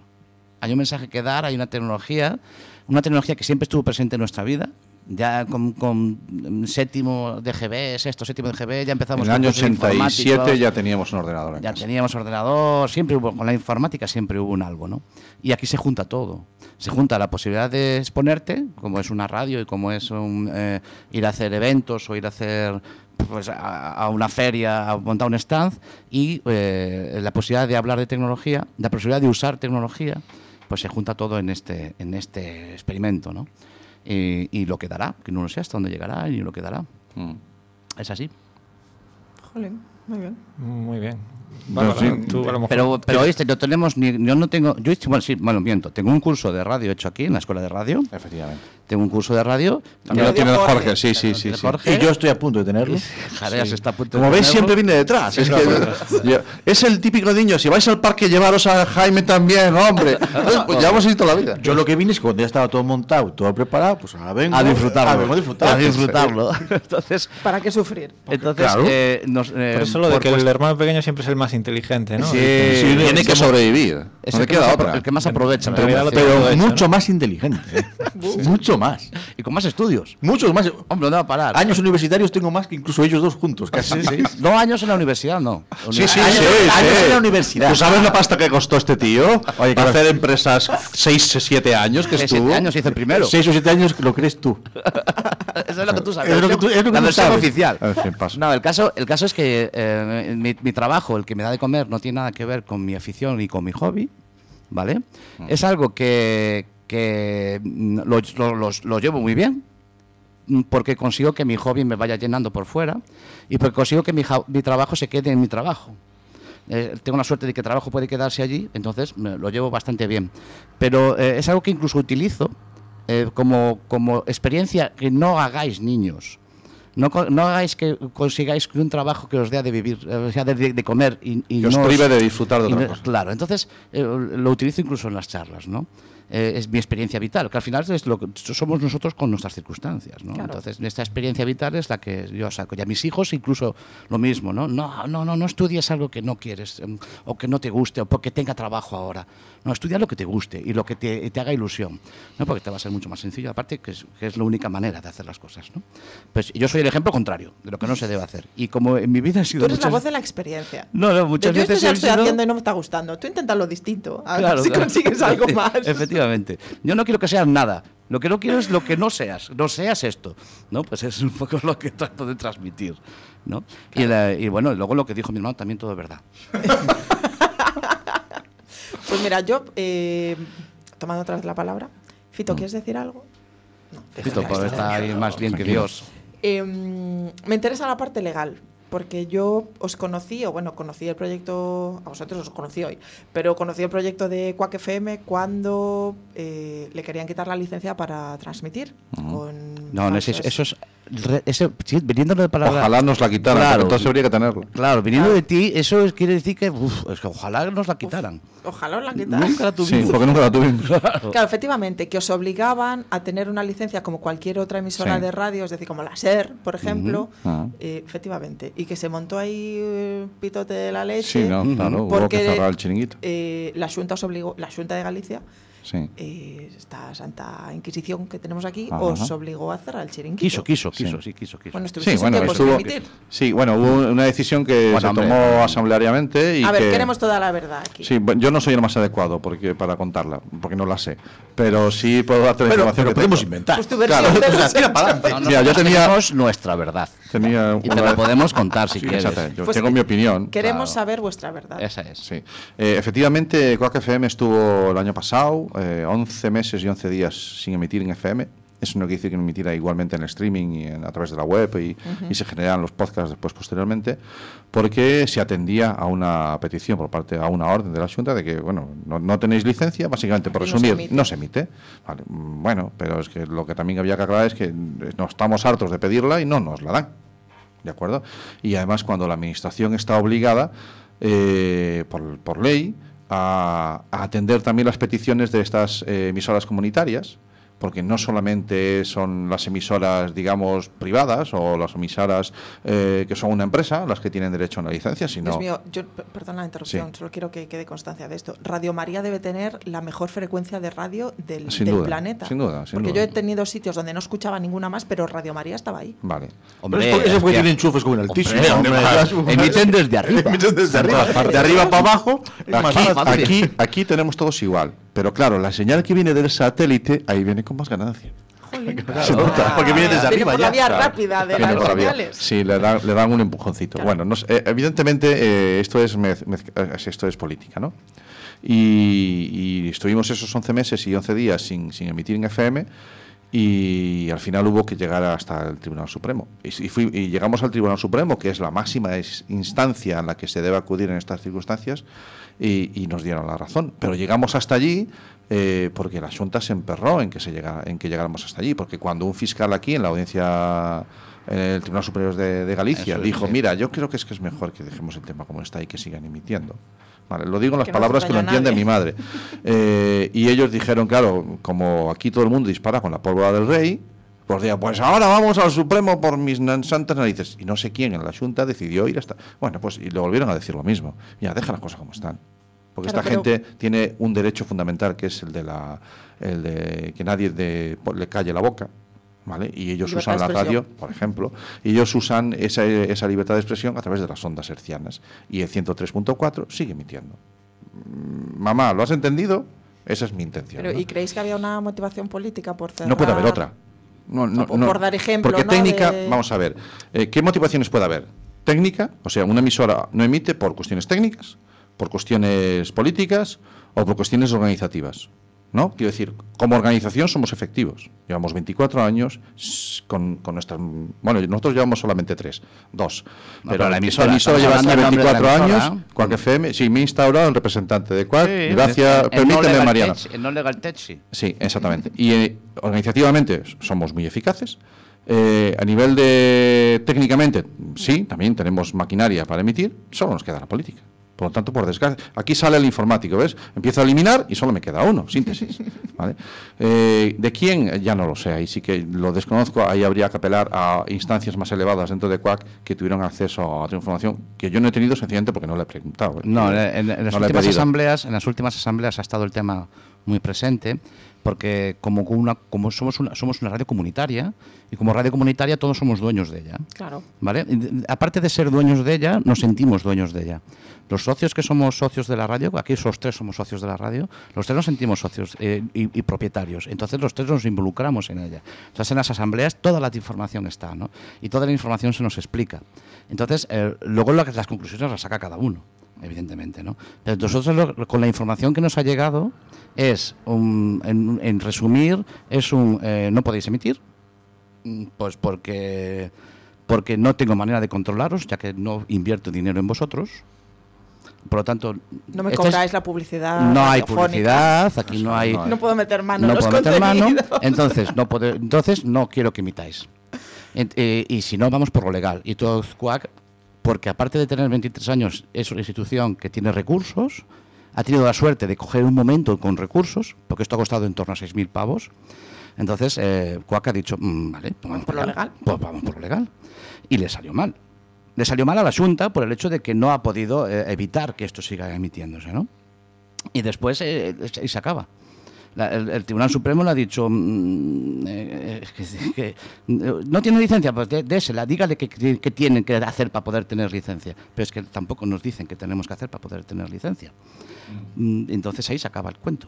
Speaker 3: Hay un mensaje que dar, hay una tecnología, una tecnología que siempre estuvo presente en nuestra vida. Ya con, con, mm, séptimo de GB, sexto, séptimo de GB, ya
Speaker 2: En
Speaker 3: empezamos
Speaker 2: el
Speaker 3: con
Speaker 2: año
Speaker 3: cursos de
Speaker 2: 87
Speaker 3: informáticos.
Speaker 2: ya teníamos un ordenador en
Speaker 3: Ya
Speaker 2: casa.
Speaker 3: teníamos ordenador, siempre hubo, con la informática siempre hubo un algo, ¿no? Y aquí se junta todo. Se junta la posibilidad de exponerte, como es una radio y como es un, eh, ir a hacer eventos o ir a hacer pues, a, a una feria, a montar un stand, y eh, la posibilidad de hablar de tecnología, la posibilidad de usar tecnología, pues se junta todo en este, en este experimento, ¿no? Y, y lo que dará, que no lo sé hasta dónde llegará y lo que dará.
Speaker 2: Mm.
Speaker 3: Es así.
Speaker 5: Jolín, muy bien.
Speaker 6: Muy bien.
Speaker 2: No,
Speaker 6: Bárbara,
Speaker 2: sí.
Speaker 6: tú a lo mejor-
Speaker 3: Pero, pero oíste, no tenemos ni, yo no tengo, yo he hecho- bueno, sí, bueno, miento, tengo un curso de radio hecho aquí en la escuela de radio,
Speaker 2: Efectivamente.
Speaker 3: tengo un curso de radio,
Speaker 2: También lo
Speaker 5: dio
Speaker 2: tiene
Speaker 5: Jorge.
Speaker 2: Jorge, sí, sí, sí.
Speaker 3: de
Speaker 2: sí.
Speaker 3: Jorge,
Speaker 9: Y yo estoy a punto de tenerlo.
Speaker 3: Jareas está a punto de
Speaker 2: Como veis,
Speaker 3: tenerlo.
Speaker 2: siempre viene detrás. Es, que- yo- es el típico niño. Si vais al parque, llevaros a Jaime también, hombre. Entonces, pues, ya hemos ido toda la vida.
Speaker 9: Yo lo que vine es que cuando ya estaba todo montado, todo preparado, pues ahora vengo
Speaker 3: a disfrutarlo,
Speaker 9: Ah, vengo a disfrutar.
Speaker 3: disfrutarlo. Entonces,
Speaker 5: ¿Para qué sufrir?
Speaker 3: entonces
Speaker 2: claro.
Speaker 3: eh, nos, eh,
Speaker 6: Por eso lo de
Speaker 3: por
Speaker 6: que el
Speaker 3: cuest-
Speaker 6: hermano pequeño siempre es el más inteligente, ¿no?
Speaker 2: Sí,
Speaker 6: Dicen,
Speaker 2: tiene que sobrevivir.
Speaker 3: es
Speaker 2: No
Speaker 3: el
Speaker 2: le
Speaker 3: que más
Speaker 2: queda
Speaker 3: apro-
Speaker 2: otra.
Speaker 3: el que más aprovecha.
Speaker 6: En
Speaker 3: la
Speaker 6: realidad lo
Speaker 3: verdad.
Speaker 6: tengo
Speaker 9: Pero
Speaker 6: hecho,
Speaker 9: mucho más inteligente. ¿eh? Mucho
Speaker 2: mucho más.
Speaker 3: Y con más estudios.
Speaker 2: Muchos más.
Speaker 3: Hombre, no va a parar.
Speaker 2: Años universitarios tengo más que incluso ellos dos juntos, casi.
Speaker 3: Sí, No años en la universidad, no.
Speaker 2: Sí, sí,
Speaker 3: Años-
Speaker 2: sí,
Speaker 9: años
Speaker 2: sí.
Speaker 9: en la universidad.
Speaker 2: ¿Tú sabes la pasta que costó este tío? Para
Speaker 9: Oye, claro.
Speaker 2: hacer empresas 6 o 7 años que
Speaker 3: Seis,
Speaker 2: estuvo.
Speaker 3: siete años hizo el primero.
Speaker 9: Seis o siete años lo crees tú.
Speaker 3: Eso es lo que tú sabes.
Speaker 9: Es lo que tú- es lo que
Speaker 3: la
Speaker 9: tú
Speaker 3: versión
Speaker 9: sabes.
Speaker 3: oficial.
Speaker 2: En fin, paso.
Speaker 3: No, el caso, el caso es que eh, mi, mi trabajo, el que me da de comer, no tiene nada que ver con mi afición ni con mi hobby, ¿vale? Es algo que, que mm, lo, lo- los- lo llevo muy bien, mm, porque consigo que mi hobby me vaya llenando por fuera y porque consigo que mi, ja- mi trabajo se quede en mi trabajo. Eh, tengo la suerte de que trabajo puede quedarse allí, entonces me lo llevo bastante bien. Pero eh, es algo que incluso utilizo eh, como, como experiencia que no hagáis niños. No, co- no hagáis que consigáis que un trabajo que os dé de vivir, eh, o sea, de, de- de comer y, y
Speaker 2: Que os
Speaker 3: no
Speaker 2: prive de disfrutar de
Speaker 3: y
Speaker 2: otra
Speaker 3: no-
Speaker 2: cosa.
Speaker 3: Claro, entonces eh, lo utilizo incluso en las charlas, ¿no? Eh, es mi experiencia vital, que al final es lo que somos nosotros con nuestras circunstancias, ¿no?
Speaker 5: Claro.
Speaker 3: Entonces, esta experiencia vital es la que yo saco. Y a mis hijos incluso lo mismo, ¿no? No, no, no, no estudies algo que no quieres em, o que no te guste o porque tenga trabajo ahora. No, estudia lo que te guste y lo que te, te haga ilusión, ¿no? Porque te va a ser mucho más sencillo, aparte que es, que es la única manera de hacer las cosas, ¿no? Pues yo soy el ejemplo contrario de lo que no se debe hacer. Y como en mi vida ha sido
Speaker 5: Tú eres la
Speaker 3: muchas-
Speaker 5: voz de la experiencia.
Speaker 3: No, no,
Speaker 5: De,
Speaker 3: muchas
Speaker 5: yo esto
Speaker 3: veces
Speaker 5: ya
Speaker 3: he
Speaker 5: lo estoy
Speaker 3: sido-
Speaker 5: haciendo y no me está gustando. Tú intenta lo distinto. A ver
Speaker 3: Claro,
Speaker 5: Ah, si
Speaker 3: claro.
Speaker 5: consigues algo
Speaker 3: Efecti-
Speaker 5: más.
Speaker 3: Efectivamente. Yo no quiero que seas nada. Lo que no quiero es lo que no seas. No seas esto. ¿No? Pues es un poco lo que trato de transmitir. ¿No? Y, la- y bueno, y luego lo que dijo mi hermano también todo es verdad.
Speaker 5: Pues mira, yo, eh, tomando otra vez la palabra, Fito, ¿quieres decir algo?
Speaker 3: Fito, pues, está ahí más bien que Dios.
Speaker 5: Eh, me interesa la parte legal, porque yo os conocí, o bueno, conocí el proyecto, a vosotros os conocí hoy, pero conocí el proyecto de Quack FM cuando eh, le querían quitar la licencia para transmitir. con
Speaker 3: No, no es eso.
Speaker 5: falsos-
Speaker 3: Eso es. re- eso- sí, viniéndolo de palabra.
Speaker 2: Ojalá nos la quitaran,
Speaker 3: Claro.
Speaker 2: pero entonces habría que tenerla.
Speaker 3: Claro,
Speaker 5: Ah.
Speaker 3: viniendo de ti, eso es- quiere decir que, uf, es que ojalá nos la quitaran.
Speaker 5: Ojalá os la quitaran.
Speaker 3: Nunca la
Speaker 2: Sí,
Speaker 3: tuvimos.
Speaker 2: porque nunca la tuvimos.
Speaker 5: Claro, efectivamente, que os obligaban a tener una licencia como cualquier otra emisora
Speaker 2: Sí.
Speaker 5: de radio, es decir, como la SER, por ejemplo,
Speaker 2: Ah.
Speaker 5: eh, efectivamente, y que se montó ahí eh, pitote de la leche.
Speaker 2: Sí, no,
Speaker 3: Ujú.
Speaker 2: claro, hubo que
Speaker 5: Porque
Speaker 2: cerrar el chiringuito.
Speaker 5: eh, la Junta os obligó, la Junta de Galicia,
Speaker 2: Sí.
Speaker 5: eh, esta Santa Inquisición que tenemos aquí,
Speaker 2: Ajá.
Speaker 5: os obligó a cerrar el chiringuito.
Speaker 3: Quiso, quiso,
Speaker 2: Sí.
Speaker 3: quiso, sí, quiso, quiso.
Speaker 2: Sí,
Speaker 5: Bueno, estuvisteis
Speaker 2: bueno,
Speaker 5: tiempo sin
Speaker 2: estuvo,
Speaker 5: emitir.
Speaker 2: sí, bueno, hubo una decisión que
Speaker 3: Bueno,
Speaker 2: se
Speaker 3: hombre.
Speaker 2: tomó asambleariamente y
Speaker 5: A ver,
Speaker 2: que-
Speaker 5: queremos toda la verdad aquí.
Speaker 2: Sí, bueno, yo no soy el más adecuado porque, para contarla, porque no la sé. Pero sí puedo darte la información que tengo.
Speaker 9: inventar.
Speaker 5: Pues tu versión de los hechos.
Speaker 2: Mira,
Speaker 3: No,
Speaker 2: yo
Speaker 3: nosotros
Speaker 2: tenía-
Speaker 3: tenemos nuestra verdad.
Speaker 2: Tenía
Speaker 3: Y te la podemos contar
Speaker 2: Sí,
Speaker 3: si quieres.
Speaker 2: exactamente. Yo
Speaker 5: Pues
Speaker 2: tengo mi opinión.
Speaker 5: Queremos saber vuestra verdad.
Speaker 3: Esa es.
Speaker 2: Sí. Eh, efectivamente, Quack FM estuvo el año pasado eh, 11 meses y 11 días sin emitir en FM. Eso no quiere decir que no emitiera igualmente en el streaming y en- a través de la web y, y se generan los podcasts después posteriormente, porque se atendía a una petición por parte, a una orden de la Junta de que, bueno, no, no tenéis licencia, básicamente, por
Speaker 5: Y no se
Speaker 2: resumir,
Speaker 5: emite.
Speaker 2: no se emite. Vale, mm, bueno, pero es que lo que también había que aclarar es que mm, no estamos hartos de pedirla y no nos la dan. ¿De acuerdo? Y además cuando la administración está obligada eh, por, por ley a, a atender también las peticiones de estas eh, emisoras comunitarias, porque no solamente son las emisoras, digamos, privadas o las emisoras eh, que son una empresa las que tienen derecho a una licencia, sino...
Speaker 5: Dios mío, yo, p- perdón la interrupción,
Speaker 2: Sí.
Speaker 5: solo quiero que quede constancia de esto. Radio María debe tener la mejor frecuencia de radio del,
Speaker 2: Sin
Speaker 5: del
Speaker 2: duda,
Speaker 5: planeta.
Speaker 2: sin duda, sin
Speaker 5: Porque
Speaker 2: duda.
Speaker 5: yo he tenido sitios donde no escuchaba ninguna más, pero Radio María estaba ahí.
Speaker 2: Vale.
Speaker 9: Hombre, eso es porque tiene enchufes Pues con el altísimo.
Speaker 3: Hombre, hombre,
Speaker 9: Hombre,
Speaker 3: emiten desde arriba.
Speaker 9: Emiten desde
Speaker 2: En
Speaker 9: arriba.
Speaker 2: todas partes.
Speaker 9: De arriba para abajo. es más
Speaker 2: Aquí,
Speaker 9: fácil.
Speaker 2: aquí, aquí tenemos todos igual, pero claro, la señal que viene del satélite ahí viene con más ganancia. Se nota,
Speaker 9: porque viene desde
Speaker 5: Ah, Viene
Speaker 9: arriba
Speaker 5: por
Speaker 9: ya.
Speaker 5: la vía
Speaker 2: Claro.
Speaker 5: rápida de
Speaker 2: Viene
Speaker 5: las
Speaker 2: por la vía.
Speaker 5: señales.
Speaker 2: Sí, le dan, le dan un empujoncito. Bueno, no sé, eh, evidentemente eh, esto, es mez- mez- eh, esto es política, ¿no? Y, y estuvimos esos 11 meses y 11 días sin, sin emitir en FM y al final hubo que llegar hasta el Tribunal Supremo. Y, si fui- y llegamos al Tribunal Supremo, que es la máxima es- instancia a la que se debe acudir en estas circunstancias, y, y nos dieron la razón. Pero llegamos hasta allí eh, porque la Junta se emperró en que, se llegara- en que llegáramos hasta allí, porque cuando un fiscal aquí en la audiencia... En el Tribunal Superior de, de Galicia
Speaker 3: Eso es,
Speaker 2: dijo,
Speaker 3: sí.
Speaker 2: mira, yo creo que es que es mejor que dejemos el tema como está y que sigan emitiendo. Vale, lo digo en las
Speaker 5: Que no
Speaker 2: palabras que lo
Speaker 5: hace daño a
Speaker 2: entiende
Speaker 5: nadie.
Speaker 2: mi madre. Eh, y ellos dijeron, claro, como aquí todo el mundo dispara con la pólvora del rey, pues digo, pues ahora vamos al Supremo por mis nan- santas narices. Y no sé quién en la Junta decidió ir hasta... Bueno, pues y le volvieron a decir lo mismo. Mira, deja las cosas como están. Porque
Speaker 5: Claro,
Speaker 2: esta
Speaker 5: pero-
Speaker 2: gente tiene un derecho fundamental, que es el de, la, el de que nadie de- le calle la boca. ¿Vale? Y ellos usan
Speaker 5: Libertad
Speaker 2: la
Speaker 5: de expresión.
Speaker 2: radio, por ejemplo, y ellos usan esa, esa libertad de expresión a través de las ondas hercianas. Y el 103.4 sigue emitiendo. Mm, Mamá, ¿lo has entendido? Esa es mi intención.
Speaker 5: Pero,
Speaker 2: ¿no?
Speaker 5: ¿Y creéis que había una motivación política por cerrar?
Speaker 2: No puede haber otra. No, no,
Speaker 5: Ah. por-
Speaker 2: no.
Speaker 5: por dar ejemplo,
Speaker 2: Porque
Speaker 5: ¿no?
Speaker 2: técnica,
Speaker 5: de-
Speaker 2: vamos a ver, eh, ¿qué motivaciones puede haber? Técnica, o sea, una emisora no emite por cuestiones técnicas, por cuestiones políticas o por cuestiones organizativas. ¿No? Quiero decir, como organización somos efectivos. Llevamos 24 años s- con, con nuestras. Bueno, nosotros llevamos solamente tres, dos.
Speaker 3: No, pero la emisora,
Speaker 2: lleva
Speaker 3: estamos hablando del nombre de la
Speaker 2: 24 años.
Speaker 3: emisora. Mm.
Speaker 2: Cuac FM, sí, me he instaurado el representante de Cuac.
Speaker 1: Sí,
Speaker 2: Gracias,
Speaker 3: En no
Speaker 2: permíteme,
Speaker 3: legal
Speaker 2: Mariana.
Speaker 3: tech- En no legal tech, sí.
Speaker 2: Sí, exactamente. Y eh, organizativamente somos muy eficaces. Eh, a nivel de técnicamente, sí, también tenemos maquinaria para emitir, solo nos queda la política. Por lo tanto, por desgracia, aquí sale el informático, ¿ves? Empieza a eliminar y solo me queda uno, síntesis. ¿vale? Eh, ¿De quién? Eh, Ya no lo sé, ahí sí que lo desconozco, ahí habría que apelar a instancias más elevadas dentro de CUAC que tuvieron acceso a otra información que yo no he tenido sencillamente porque no le he preguntado. ¿eh?
Speaker 3: No, en, en- en las
Speaker 2: No le he
Speaker 3: últimas
Speaker 2: pedido.
Speaker 3: asambleas, en las últimas asambleas ha estado el tema muy presente, porque como una, como somos una, somos una radio comunitaria y como radio comunitaria todos somos dueños de ella.
Speaker 5: Claro.
Speaker 3: ¿Vale? Y de- Aparte de ser dueños de ella, nos sentimos dueños de ella. Los socios que somos socios de la radio, aquí los tres somos socios de la radio, los tres nos sentimos socios eh, y, y propietarios. Entonces los tres nos involucramos en ella. Entonces en las asambleas toda la información está, ¿no? Y toda la información se nos explica. Entonces eh, luego la- las conclusiones las saca cada uno, evidentemente, ¿no? Pero nosotros lo- con la información que nos ha llegado es, un- en, en resumir, es un eh, no podéis emitir, Mm, Pues porque porque no tengo manera de controlaros, ya que no invierto dinero en vosotros. Por lo tanto,
Speaker 5: No me
Speaker 3: estáis-
Speaker 5: cobráis la publicidad.
Speaker 3: no hay
Speaker 5: radiofónica.
Speaker 3: publicidad, aquí no hay
Speaker 5: No puedo meter mano. en
Speaker 3: no
Speaker 5: los
Speaker 3: puedo meter mano,
Speaker 5: contenidos.
Speaker 3: entonces no puedo- entonces no quiero que imitáis. Ent- eh, y si no vamos por lo legal y todo cuac porque aparte de tener 23 años es una institución que tiene recursos, ha tenido la suerte de coger un momento con recursos, porque esto ha costado en torno a 6.000 pavos. Entonces, eh, Cuac ha dicho, "Mm, vale, pues vamos
Speaker 5: por lo legal.
Speaker 3: Pues vamos por lo legal. Y le salió mal. Le salió mal a la Junta por el hecho de que no ha podido eh, evitar que esto siga emitiéndose, ¿no? Y después eh, y se acaba. La- el, el Tribunal Supremo le ha dicho, mm, eh, eh, que- que, eh, no tiene licencia, pues dé- désela, dígale qué que, que tienen que hacer para poder tener licencia. Pero es que tampoco nos dicen qué tenemos que hacer para poder tener licencia. Mm, Entonces ahí se acaba el cuento.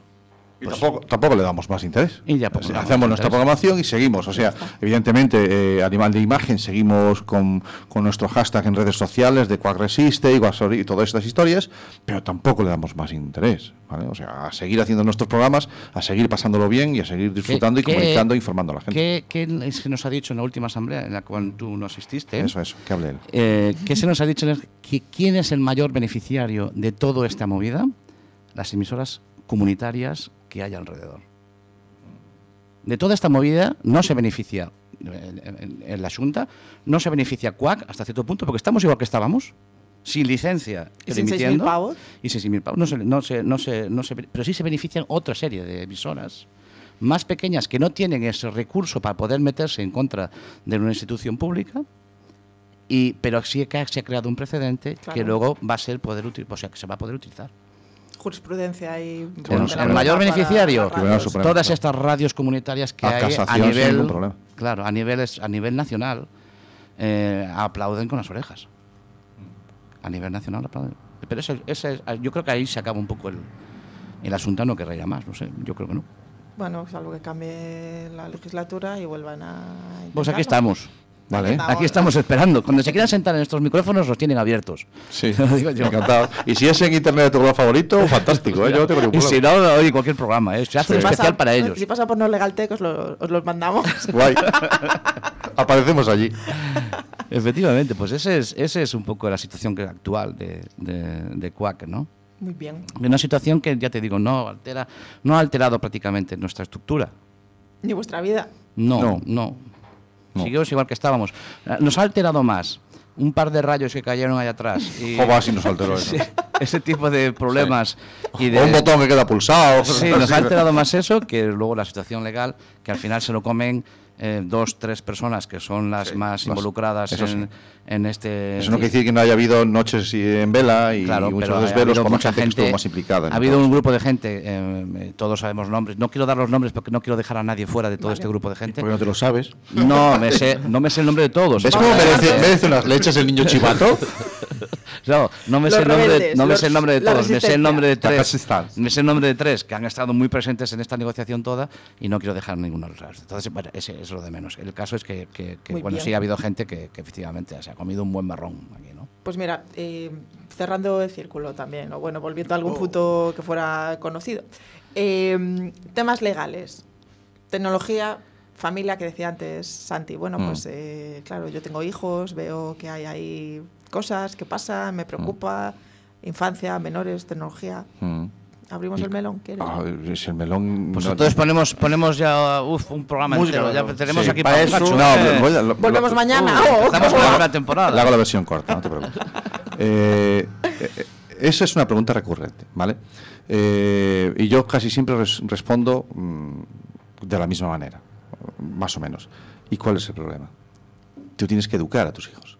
Speaker 2: Y tampoco, tampoco le damos más interés.
Speaker 3: Pues Y ya poco le damos
Speaker 2: Hacemos
Speaker 3: más
Speaker 2: nuestra
Speaker 3: interés.
Speaker 2: programación y seguimos. O sea, evidentemente, eh, Animal de Imagen, seguimos con, con nuestro hashtag en redes sociales de Quack Resiste y, Guasori- y todas estas historias, pero tampoco le damos más interés. ¿vale? O sea, a seguir haciendo nuestros programas, a seguir pasándolo bien y a seguir disfrutando y
Speaker 3: qué-
Speaker 2: comunicando e informando a la gente.
Speaker 3: ¿Qué, qué es que nos ha dicho en la última asamblea en la cual tú no asististe?
Speaker 2: Eso, eso, que hable él.
Speaker 3: Eh, ¿Qué se nos ha dicho? Que ¿Quién es el mayor beneficiario de toda esta movida? Las emisoras comunitarias que hay alrededor. De toda esta movida no se beneficia eh, en- en la Junta, no se beneficia CUAC hasta cierto punto, porque estamos igual que estábamos, sin licencia,
Speaker 5: Y
Speaker 3: pero
Speaker 5: sin 6.000
Speaker 3: emitiendo,
Speaker 5: pavos.
Speaker 3: Y sin 6.000 pavos. No se- no se- no se- no se- pero sí se benefician otra serie de emisoras más pequeñas que no tienen ese recurso para poder meterse en contra de una institución pública, y, pero sí que se ha creado un precedente que
Speaker 5: Claro.
Speaker 3: luego va a ser poder util- o sea, que se va a poder utilizar.
Speaker 5: Jurisprudencia y.
Speaker 2: Bueno,
Speaker 3: el,
Speaker 2: sí,
Speaker 5: la
Speaker 3: el
Speaker 2: claro.
Speaker 3: mayor
Speaker 5: para-
Speaker 3: beneficiario,
Speaker 5: para
Speaker 2: Tribunal
Speaker 5: radios.
Speaker 2: Supremo.
Speaker 3: todas
Speaker 2: claro.
Speaker 3: estas radios comunitarias que
Speaker 2: A
Speaker 3: hay a
Speaker 2: casación sin
Speaker 3: nivel,
Speaker 2: ningún problema.
Speaker 3: claro, a niveles, a nivel nacional, eh, aplauden con las orejas. A nivel nacional aplauden. Pero eso, ese- yo creo que ahí se acaba un poco el, el asunto, no querría más, no sé, yo creo que no.
Speaker 5: Bueno, salvo que cambie la legislatura y vuelvan a.
Speaker 3: Pues aquí
Speaker 5: intentarlo.
Speaker 3: estamos.
Speaker 2: Vale, ¿eh?
Speaker 5: Vamos.
Speaker 3: Aquí estamos esperando. Cuando se quieran sentar en estos micrófonos, los tienen abiertos.
Speaker 2: Sí,
Speaker 3: Lo digo yo.
Speaker 2: encantado. Y si es en internet tu programa favorito, fantástico, ¿eh? yo no tengo ningún
Speaker 3: Y si
Speaker 2: problema.
Speaker 3: no, oye, cualquier programa, ¿eh? se hace
Speaker 5: Si
Speaker 3: especial
Speaker 5: pasa-
Speaker 3: para ellos.
Speaker 5: Si pasa por No Legal Tech, os, lo- os los mandamos.
Speaker 2: Guay. Aparecemos allí.
Speaker 3: Efectivamente, pues ese es, ese es un poco la situación que- actual de, de, de Quack, ¿no?
Speaker 5: Muy bien.
Speaker 3: Una situación que, ya te digo, no, altera, no ha alterado prácticamente nuestra estructura.
Speaker 5: Ni vuestra vida.
Speaker 3: No, no.
Speaker 2: No. No.
Speaker 3: Seguimos igual que estábamos. Eh, Nos ha alterado más un par de rayos que cayeron allá atrás. Y
Speaker 2: Jova, Oh, si nos alteró eso.
Speaker 3: ese tipo de problemas. Y de,
Speaker 2: O un botón que queda pulsado.
Speaker 3: Sí, nos ha alterado más eso que luego la situación legal, que al final se lo comen eh, dos, tres personas que son las
Speaker 2: Sí,
Speaker 3: más
Speaker 2: las-
Speaker 3: involucradas
Speaker 2: eso
Speaker 3: en,
Speaker 2: sí.
Speaker 3: en este...
Speaker 2: Eso no quiere decir que no haya habido noches y- en vela y,
Speaker 3: Claro, pero
Speaker 2: muchos
Speaker 3: ha- ha
Speaker 2: desvelos
Speaker 3: habido
Speaker 2: con la
Speaker 3: mucha
Speaker 2: gente, que estuvo
Speaker 3: gente-
Speaker 2: más implicada. en
Speaker 3: Ha habido
Speaker 2: todo.
Speaker 3: un grupo de gente, eh, todos sabemos nombres, no quiero dar los nombres porque no quiero dejar a nadie fuera de todo este grupo de
Speaker 2: Pues
Speaker 3: gente.
Speaker 9: Porque no te lo sabes.
Speaker 3: No, me sé, no me sé el nombre de todos.
Speaker 2: ¿Ves
Speaker 3: eh.
Speaker 2: cómo
Speaker 3: Eh,
Speaker 2: merece, merece unas leches el niño chivato?
Speaker 3: No, no me
Speaker 5: Los
Speaker 3: sé el nombre, de-
Speaker 5: rebeldes,
Speaker 3: no me
Speaker 5: los-
Speaker 3: sé el nombre de
Speaker 5: la
Speaker 3: todos, me sé el
Speaker 5: resistencia.
Speaker 3: nombre de
Speaker 2: La
Speaker 3: tres.
Speaker 2: resistencia.
Speaker 3: Me sé el nombre de tres que han estado muy presentes en esta negociación toda y no quiero dejar ninguno al rastro. Entonces, bueno, ese es lo de menos. El caso es que, que- que,
Speaker 5: Muy
Speaker 3: bueno,
Speaker 5: bien.
Speaker 3: sí ha habido gente que, que efectivamente se ha comido un buen marrón aquí, ¿no?
Speaker 5: Pues mira, eh, cerrando el círculo también, o bueno, volviendo a
Speaker 2: Oh.
Speaker 5: algún punto que fuera conocido. Eh, temas legales, tecnología, familia, que decía antes Santi. Bueno,
Speaker 2: Mm.
Speaker 5: pues eh, claro, yo tengo hijos, veo que hay ahí cosas que pasan, me preocupa. Infancia, menores, tecnología.
Speaker 2: Mm.
Speaker 5: Abrimos
Speaker 2: Y-
Speaker 5: el melón, ¿quieres?
Speaker 2: Ah, es el melón.
Speaker 3: Pues
Speaker 2: no-
Speaker 3: entonces ponemos, ponemos ya uf, un programa
Speaker 9: Música,
Speaker 3: entero. Ya
Speaker 9: claro.
Speaker 3: tenemos
Speaker 2: Sí,
Speaker 3: aquí
Speaker 2: pa'
Speaker 3: para
Speaker 2: eso-
Speaker 3: muchacho,
Speaker 2: No,
Speaker 3: ¿eh?
Speaker 2: pero voy a- lo-
Speaker 5: Volvemos
Speaker 2: lo-
Speaker 5: mañana.
Speaker 3: Uy,
Speaker 5: ¡Oh!
Speaker 3: Empezamos con la primera
Speaker 2: Le hago
Speaker 3: temporada.
Speaker 2: la versión corta, no te preocupes. Eh, eh, eh, esa es una pregunta recurrente, ¿vale? Eh, y yo casi siempre res- respondo mm, de la misma manera, más o menos. ¿Y cuál es el problema? Tú tienes que educar a tus hijos.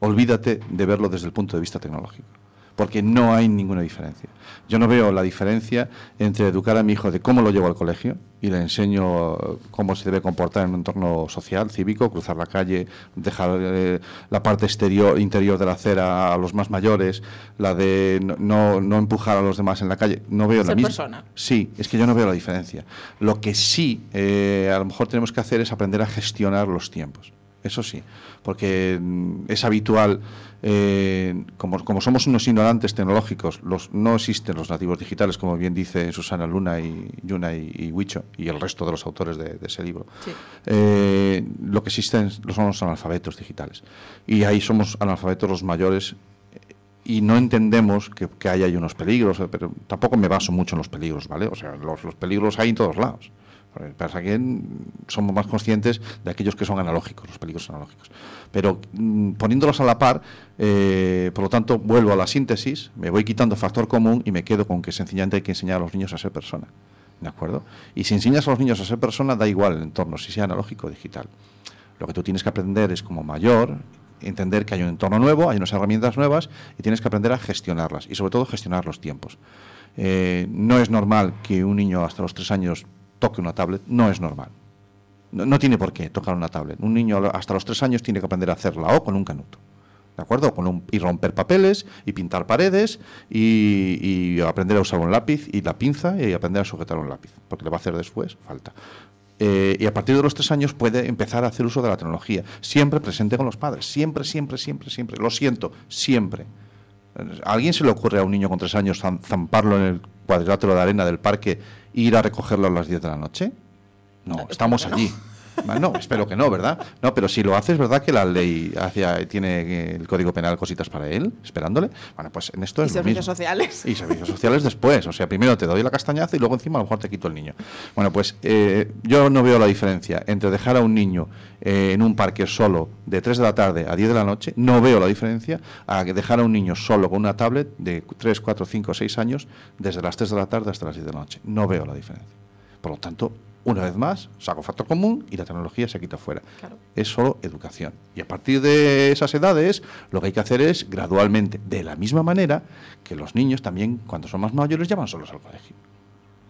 Speaker 2: Olvídate de verlo desde el punto de vista tecnológico, porque no hay ninguna diferencia. Yo no veo la diferencia entre educar a mi hijo de cómo lo llevo al colegio y le enseño eh, cómo se debe comportar en un entorno social, cívico, cruzar la calle, dejar eh, la parte exterior, interior de la acera a los más mayores, la de no- no, no empujar a los demás en la calle. No veo la
Speaker 5: Ser
Speaker 2: misma.
Speaker 5: persona.
Speaker 2: Sí, es que yo no veo la diferencia. Lo que sí, eh, a lo mejor tenemos que hacer es aprender a gestionar los tiempos. Eso sí, porque mm, es habitual, eh, como, como somos unos ignorantes tecnológicos, los, no existen los nativos digitales, como bien dice Susana Luna y Yuna y, y Huicho y el resto de los autores de, de ese libro.
Speaker 5: Sí.
Speaker 2: Eh, lo que existen son los analfabetos digitales. Y ahí somos analfabetos los mayores y no entendemos que, que hay, hay unos peligros, eh, pero tampoco me baso mucho en los peligros, ¿vale? O sea, los, los peligros hay en todos lados. Pero Pasa que mm, somos más conscientes de aquellos que son analógicos, los peligros analógicos. Pero mm, poniéndolos a la par, eh, por lo tanto, vuelvo a la síntesis, me voy quitando factor común y me quedo con que sencillamente hay que enseñar a los niños a ser personas. ¿De acuerdo? Y si enseñas a los niños a ser personas, da igual el entorno, si sea analógico o digital. Lo que tú tienes que aprender es como mayor entender que hay un entorno nuevo, hay unas herramientas nuevas y tienes que aprender a gestionarlas y sobre todo gestionar los tiempos. Eh, no es normal que un niño hasta los tres años toque una tablet, no es normal. No, no tiene por qué tocar una tablet. Un niño hasta los tres años tiene que aprender a hacer la O con un canuto. ¿De acuerdo? Con un- y romper papeles, y pintar paredes, y, y aprender a usar un lápiz y la pinza, y aprender a sujetar un lápiz, porque le va a hacer después falta. Eh, y a partir de los tres años puede empezar a hacer uso de la tecnología, siempre presente con los padres, siempre, siempre, siempre, siempre. Lo siento, siempre. Eh, ¿A alguien se le ocurre a un niño con tres años zam- zamparlo en el cuadrilátero de arena del parque e ir a recogerlo a las 10 de la noche? No, estamos allí. Ah, No, espero que no, ¿verdad? No, pero si lo haces, ¿verdad que la ley hacia, tiene el Código Penal cositas para él, esperándole? Bueno, pues en esto
Speaker 5: Y
Speaker 2: es lo
Speaker 5: servicios
Speaker 2: mismo.
Speaker 5: sociales.
Speaker 2: Y servicios sociales después. O sea, primero te doy la castañaza y luego encima a lo mejor te quito el niño. Bueno, pues eh, yo no veo la diferencia entre dejar a un niño eh, en un parque solo de 3 de la tarde a 10 de la noche, no veo la diferencia a que dejar a un niño solo con una tablet de 3, 4, 5, 6 años desde las 3 de la tarde hasta las 10 de la noche. No veo la diferencia. Por lo tanto, una vez más, saco factor común y la tecnología se quita fuera.
Speaker 5: Claro.
Speaker 2: Es solo educación. Y a partir de esas edades, lo que hay que hacer es gradualmente, de la misma manera que los niños también, cuando son más mayores, ya van solos al colegio.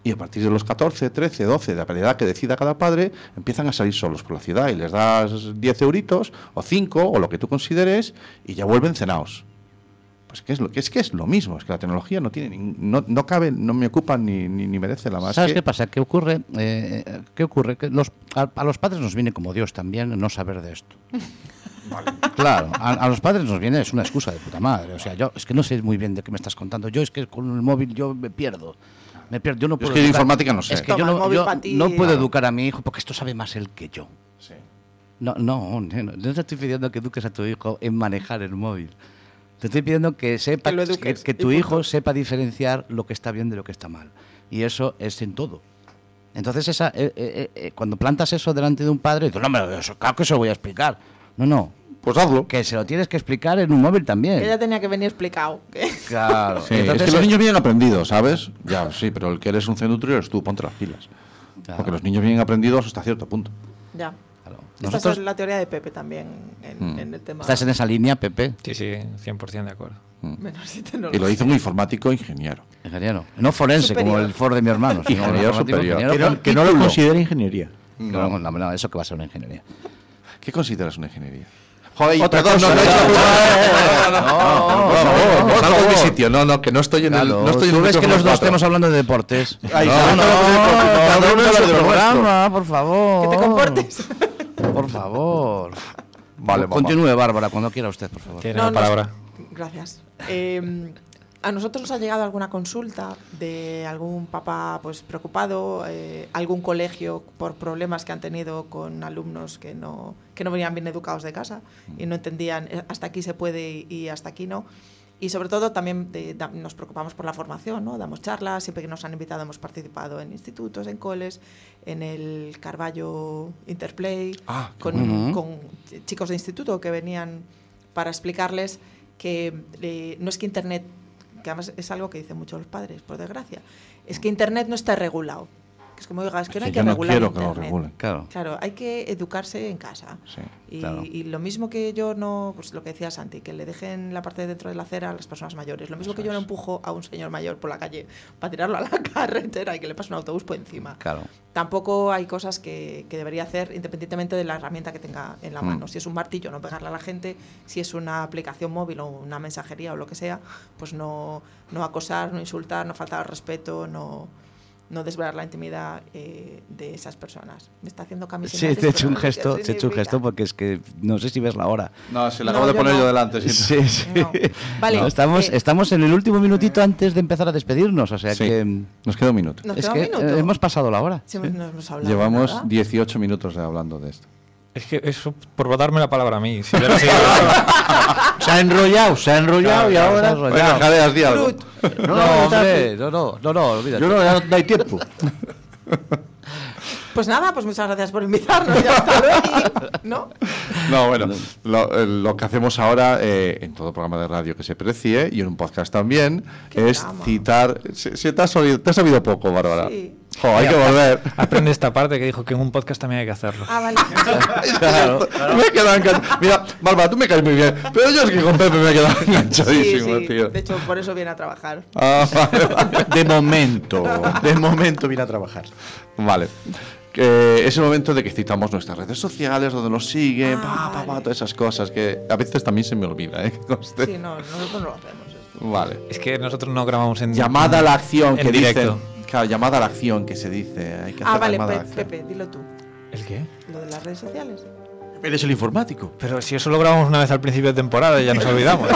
Speaker 2: Y a partir de los 14, 13, 12, de la edad que decida cada padre, empiezan a salir solos por la ciudad y les das 10 euritos o 5 o lo que tú consideres y ya vuelven cenaos. Pues que es lo, que es, que es lo mismo, es que la tecnología no tiene nin- no, no cabe, no me ocupa ni, ni, ni merece la más.
Speaker 3: ¿Sabes
Speaker 2: que-
Speaker 3: qué pasa? ¿Qué ocurre? Eh, eh, ¿Qué ocurre? Que los, a, a los padres nos viene como Dios también no saber de esto. Claro, a, a los padres nos viene, es una excusa de puta madre. O sea, yo es que no sé muy bien de qué me estás contando. Yo es que con el móvil yo me pierdo. Me pierdo. Yo no
Speaker 2: Yo es
Speaker 3: puedo
Speaker 2: que de
Speaker 3: educar-
Speaker 2: informática no sé.
Speaker 3: Es que
Speaker 5: Toma,
Speaker 3: yo
Speaker 5: el
Speaker 3: no,
Speaker 5: móvil
Speaker 3: yo
Speaker 5: pa' ti.
Speaker 3: no puedo
Speaker 5: Claro.
Speaker 3: educar a mi hijo porque esto sabe más él que yo. No, no, neno, no te estoy pidiendo que eduques a tu hijo en manejar el móvil. Te estoy pidiendo que sepa
Speaker 5: Que lo
Speaker 3: que,
Speaker 5: eduques,
Speaker 3: que
Speaker 5: y
Speaker 3: tu
Speaker 5: punto.
Speaker 3: hijo sepa diferenciar lo que está bien de lo que está mal. Y eso es en todo. Entonces, esa, eh, eh, eh, cuando plantas eso delante de un padre, dices, no, pero eso, claro que se lo voy a explicar. No, no,
Speaker 2: Pues hazlo.
Speaker 3: que se lo tienes que explicar en un móvil también.
Speaker 5: Que ya tenía que venir explicado. que-
Speaker 3: Claro.
Speaker 2: Sí,
Speaker 3: Entonces,
Speaker 2: es que los
Speaker 3: eh,
Speaker 2: niños vienen aprendidos, ¿sabes? Ya, sí, pero el que eres un centutrio eres tú, ponte las pilas.
Speaker 3: Claro.
Speaker 2: Porque los niños vienen aprendidos hasta cierto punto.
Speaker 5: ya.
Speaker 3: Claro.
Speaker 5: Esta es la teoría de Pepe también en,
Speaker 2: Mm.
Speaker 5: en el tema.
Speaker 3: estás en esa línea, Pepe,
Speaker 6: Sí, sí, 100% de acuerdo.
Speaker 5: Menos si te no
Speaker 2: Y lo hizo un informático ingeniero.
Speaker 3: ingeniero. No forense,
Speaker 5: Superior.
Speaker 3: como el Ford de mi hermano. sino
Speaker 2: Ingeniero
Speaker 3: informático,
Speaker 2: superior.
Speaker 9: Que
Speaker 3: con
Speaker 9: no, que no lo
Speaker 3: título.
Speaker 9: considera ingeniería.
Speaker 3: No, no, no, eso que va a ser una ingeniería.
Speaker 2: ¿Qué consideras una ingeniería?
Speaker 1: Joder,
Speaker 2: Otra
Speaker 1: perdón, no,
Speaker 2: cosa, no,
Speaker 1: no, no, no, no, no,
Speaker 2: por favor,
Speaker 1: no, no,
Speaker 2: por
Speaker 1: salgo de mi
Speaker 2: favor.
Speaker 1: sitio, no, no, que no estoy en el,
Speaker 3: Claro,
Speaker 1: no estoy en
Speaker 3: tú
Speaker 1: el
Speaker 3: ves que
Speaker 1: micrófono
Speaker 3: los dos
Speaker 1: cuatro.
Speaker 3: estamos hablando de deportes.
Speaker 2: Ahí
Speaker 3: no,
Speaker 2: está.
Speaker 3: no,
Speaker 2: Cada
Speaker 3: cada
Speaker 2: uno
Speaker 3: uno
Speaker 2: habla
Speaker 3: en
Speaker 2: de
Speaker 3: su
Speaker 2: lo
Speaker 3: programa, por favor.
Speaker 5: Que
Speaker 6: Oh.
Speaker 5: te comportes.
Speaker 3: Por favor.
Speaker 1: Vale, mamá.
Speaker 3: Continúe, Bárbara, cuando quiera usted, por favor.
Speaker 6: Tiene
Speaker 5: No,
Speaker 6: la
Speaker 5: no,
Speaker 6: palabra.
Speaker 5: Gracias. Eh, a nosotros nos ha llegado alguna consulta de algún papá pues preocupado, eh, algún colegio por problemas que han tenido con alumnos que no, que no venían bien educados de casa y no entendían eh, hasta aquí se puede y hasta aquí no. Y sobre todo también de- da- nos preocupamos por la formación, ¿no? Damos charlas, siempre que nos han invitado hemos participado en institutos, en coles, en el Carballo Interplay,
Speaker 2: Ah, qué
Speaker 5: con,
Speaker 3: bueno.
Speaker 5: con ch- chicos de instituto que venían para explicarles que eh, no es que Internet, que además es algo que dicen muchos los padres, por desgracia, es que Internet no está regulado. Que es como, oiga, es que no hay
Speaker 2: Que
Speaker 5: que
Speaker 2: yo no
Speaker 5: regular
Speaker 2: quiero que lo
Speaker 5: Internet.
Speaker 2: regulen.
Speaker 3: Claro.
Speaker 5: Claro, hay que educarse en casa.
Speaker 2: Sí.
Speaker 5: Y,
Speaker 3: Claro.
Speaker 5: y lo mismo que yo no, pues lo que decía Santi, que le dejen la parte de dentro de la acera a las personas mayores. Lo mismo que yo no empujo a un señor mayor por la calle para tirarlo a la carretera y que le pase un autobús por encima.
Speaker 3: Claro.
Speaker 5: Tampoco hay cosas que, que debería hacer independientemente de la herramienta que tenga en la
Speaker 3: Mm.
Speaker 5: mano. Si es un martillo, no pegarle a la gente. Si es una aplicación móvil o una mensajería o lo que sea, pues no, no acosar, no insultar, no faltar al respeto, no, no desvelar la intimidad eh, de esas personas. Me está haciendo camiseta.
Speaker 3: Sí, te he hecho un gesto, te he hecho un gesto porque es que no sé si ves la hora.
Speaker 2: No, se
Speaker 5: la acabo No, de yo poner no. yo
Speaker 2: delante.
Speaker 3: Sí, sí.
Speaker 5: No. Vale,
Speaker 3: No, estamos,
Speaker 5: eh,
Speaker 3: estamos en el último minutito antes de empezar a despedirnos, o sea
Speaker 2: Sí.
Speaker 3: que mm,
Speaker 2: Nos queda un minuto.
Speaker 5: Nos
Speaker 3: es
Speaker 5: queda un
Speaker 3: que
Speaker 5: minuto.
Speaker 3: eh, hemos pasado la hora.
Speaker 5: Sí, no hemos hablado
Speaker 2: Llevamos
Speaker 5: nada.
Speaker 2: 18 minutos de- hablando de esto.
Speaker 6: Es que eso por darme la palabra a mí. Si hubiera sido-
Speaker 9: Se ha enrollado, se ha enrollado y ahora.
Speaker 3: Estás rodeado.
Speaker 2: Jadeas, di algo.
Speaker 3: No, hombre, no, no, no, no, olvídate.
Speaker 9: Yo no, ya no hay tiempo.
Speaker 5: Pues nada, pues muchas gracias por invitarnos. Ya está aquí, ¿no?
Speaker 2: No, bueno, lo, eh, lo que hacemos ahora eh, en todo programa de radio que se precie y en un podcast también
Speaker 5: Qué
Speaker 2: es
Speaker 5: drama.
Speaker 2: citar. Se, se te, ha sabido, te ha sabido poco, Bárbara.
Speaker 5: Sí.
Speaker 2: Jo, hay que volver.
Speaker 6: Aprende esta parte que dijo que en un podcast también hay que hacerlo.
Speaker 5: Ah, vale.
Speaker 2: Me he quedado enganchado. Mira, Bárbara, tú me caes muy bien, pero yo es que con Pepe me he quedado
Speaker 5: Sí,
Speaker 2: enganchadísimo,
Speaker 5: sí.
Speaker 2: tío.
Speaker 5: De hecho, por eso viene a trabajar.
Speaker 2: Ah, vale, vale.
Speaker 9: De momento, de momento viene a trabajar.
Speaker 2: Vale. Que es el momento de que citamos nuestras redes sociales, donde nos siguen,
Speaker 5: Ah,
Speaker 2: pa, pa, pa,
Speaker 5: vale.
Speaker 2: todas esas cosas que a veces también se me olvida, ¿eh? Que conste.
Speaker 5: Sí, no, nosotros no lo hacemos. esto.
Speaker 2: Vale.
Speaker 6: Es que nosotros no grabamos en
Speaker 2: Llamada a la acción
Speaker 6: En
Speaker 2: que
Speaker 6: directo.
Speaker 2: dicen. Claro, llamada a la acción que se dice. Hay que hacer
Speaker 5: Ah,
Speaker 2: la
Speaker 5: vale,
Speaker 2: llamada a
Speaker 5: Pe-
Speaker 2: la acción.
Speaker 5: Pepe, dilo tú.
Speaker 6: ¿El qué?
Speaker 5: Lo de las redes sociales.
Speaker 9: Eres el informático.
Speaker 2: Eh,
Speaker 6: Pero si eso lo grabamos una vez al principio de temporada y ya nos olvidamos.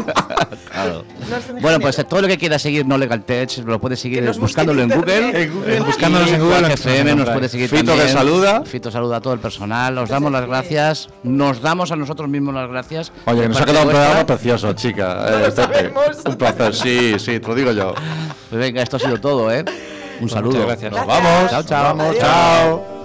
Speaker 3: Claro.
Speaker 5: No es un
Speaker 3: Bueno, pues
Speaker 5: género.
Speaker 3: todo lo que quiera seguir No Legal Tech lo puede seguir
Speaker 5: Que nos
Speaker 3: buscándolo en
Speaker 5: busquen en
Speaker 3: Google.
Speaker 5: internet.
Speaker 9: En
Speaker 3: Buscándonos en Google FM, nos puede seguir
Speaker 2: Fito
Speaker 3: también.
Speaker 2: que saluda.
Speaker 3: Fito saluda a todo el personal. Os
Speaker 5: Entonces,
Speaker 3: damos las
Speaker 5: ¿qué?
Speaker 3: gracias. Nos damos a nosotros mismos las gracias.
Speaker 2: Oye,
Speaker 3: de
Speaker 2: que nos ha
Speaker 3: parte
Speaker 2: quedado un
Speaker 3: vuestra.
Speaker 2: programa precioso, chica.
Speaker 5: No lo
Speaker 2: eh, Pepe.
Speaker 5: sabemos.
Speaker 2: Un placer, sí, sí, te lo digo yo.
Speaker 3: Pues venga, esto ha sido todo, ¿eh? Un saludo.
Speaker 6: gracias.
Speaker 3: Nos
Speaker 5: Gracias.
Speaker 3: vamos. Chao, chao.
Speaker 5: Adiós.
Speaker 2: Chao.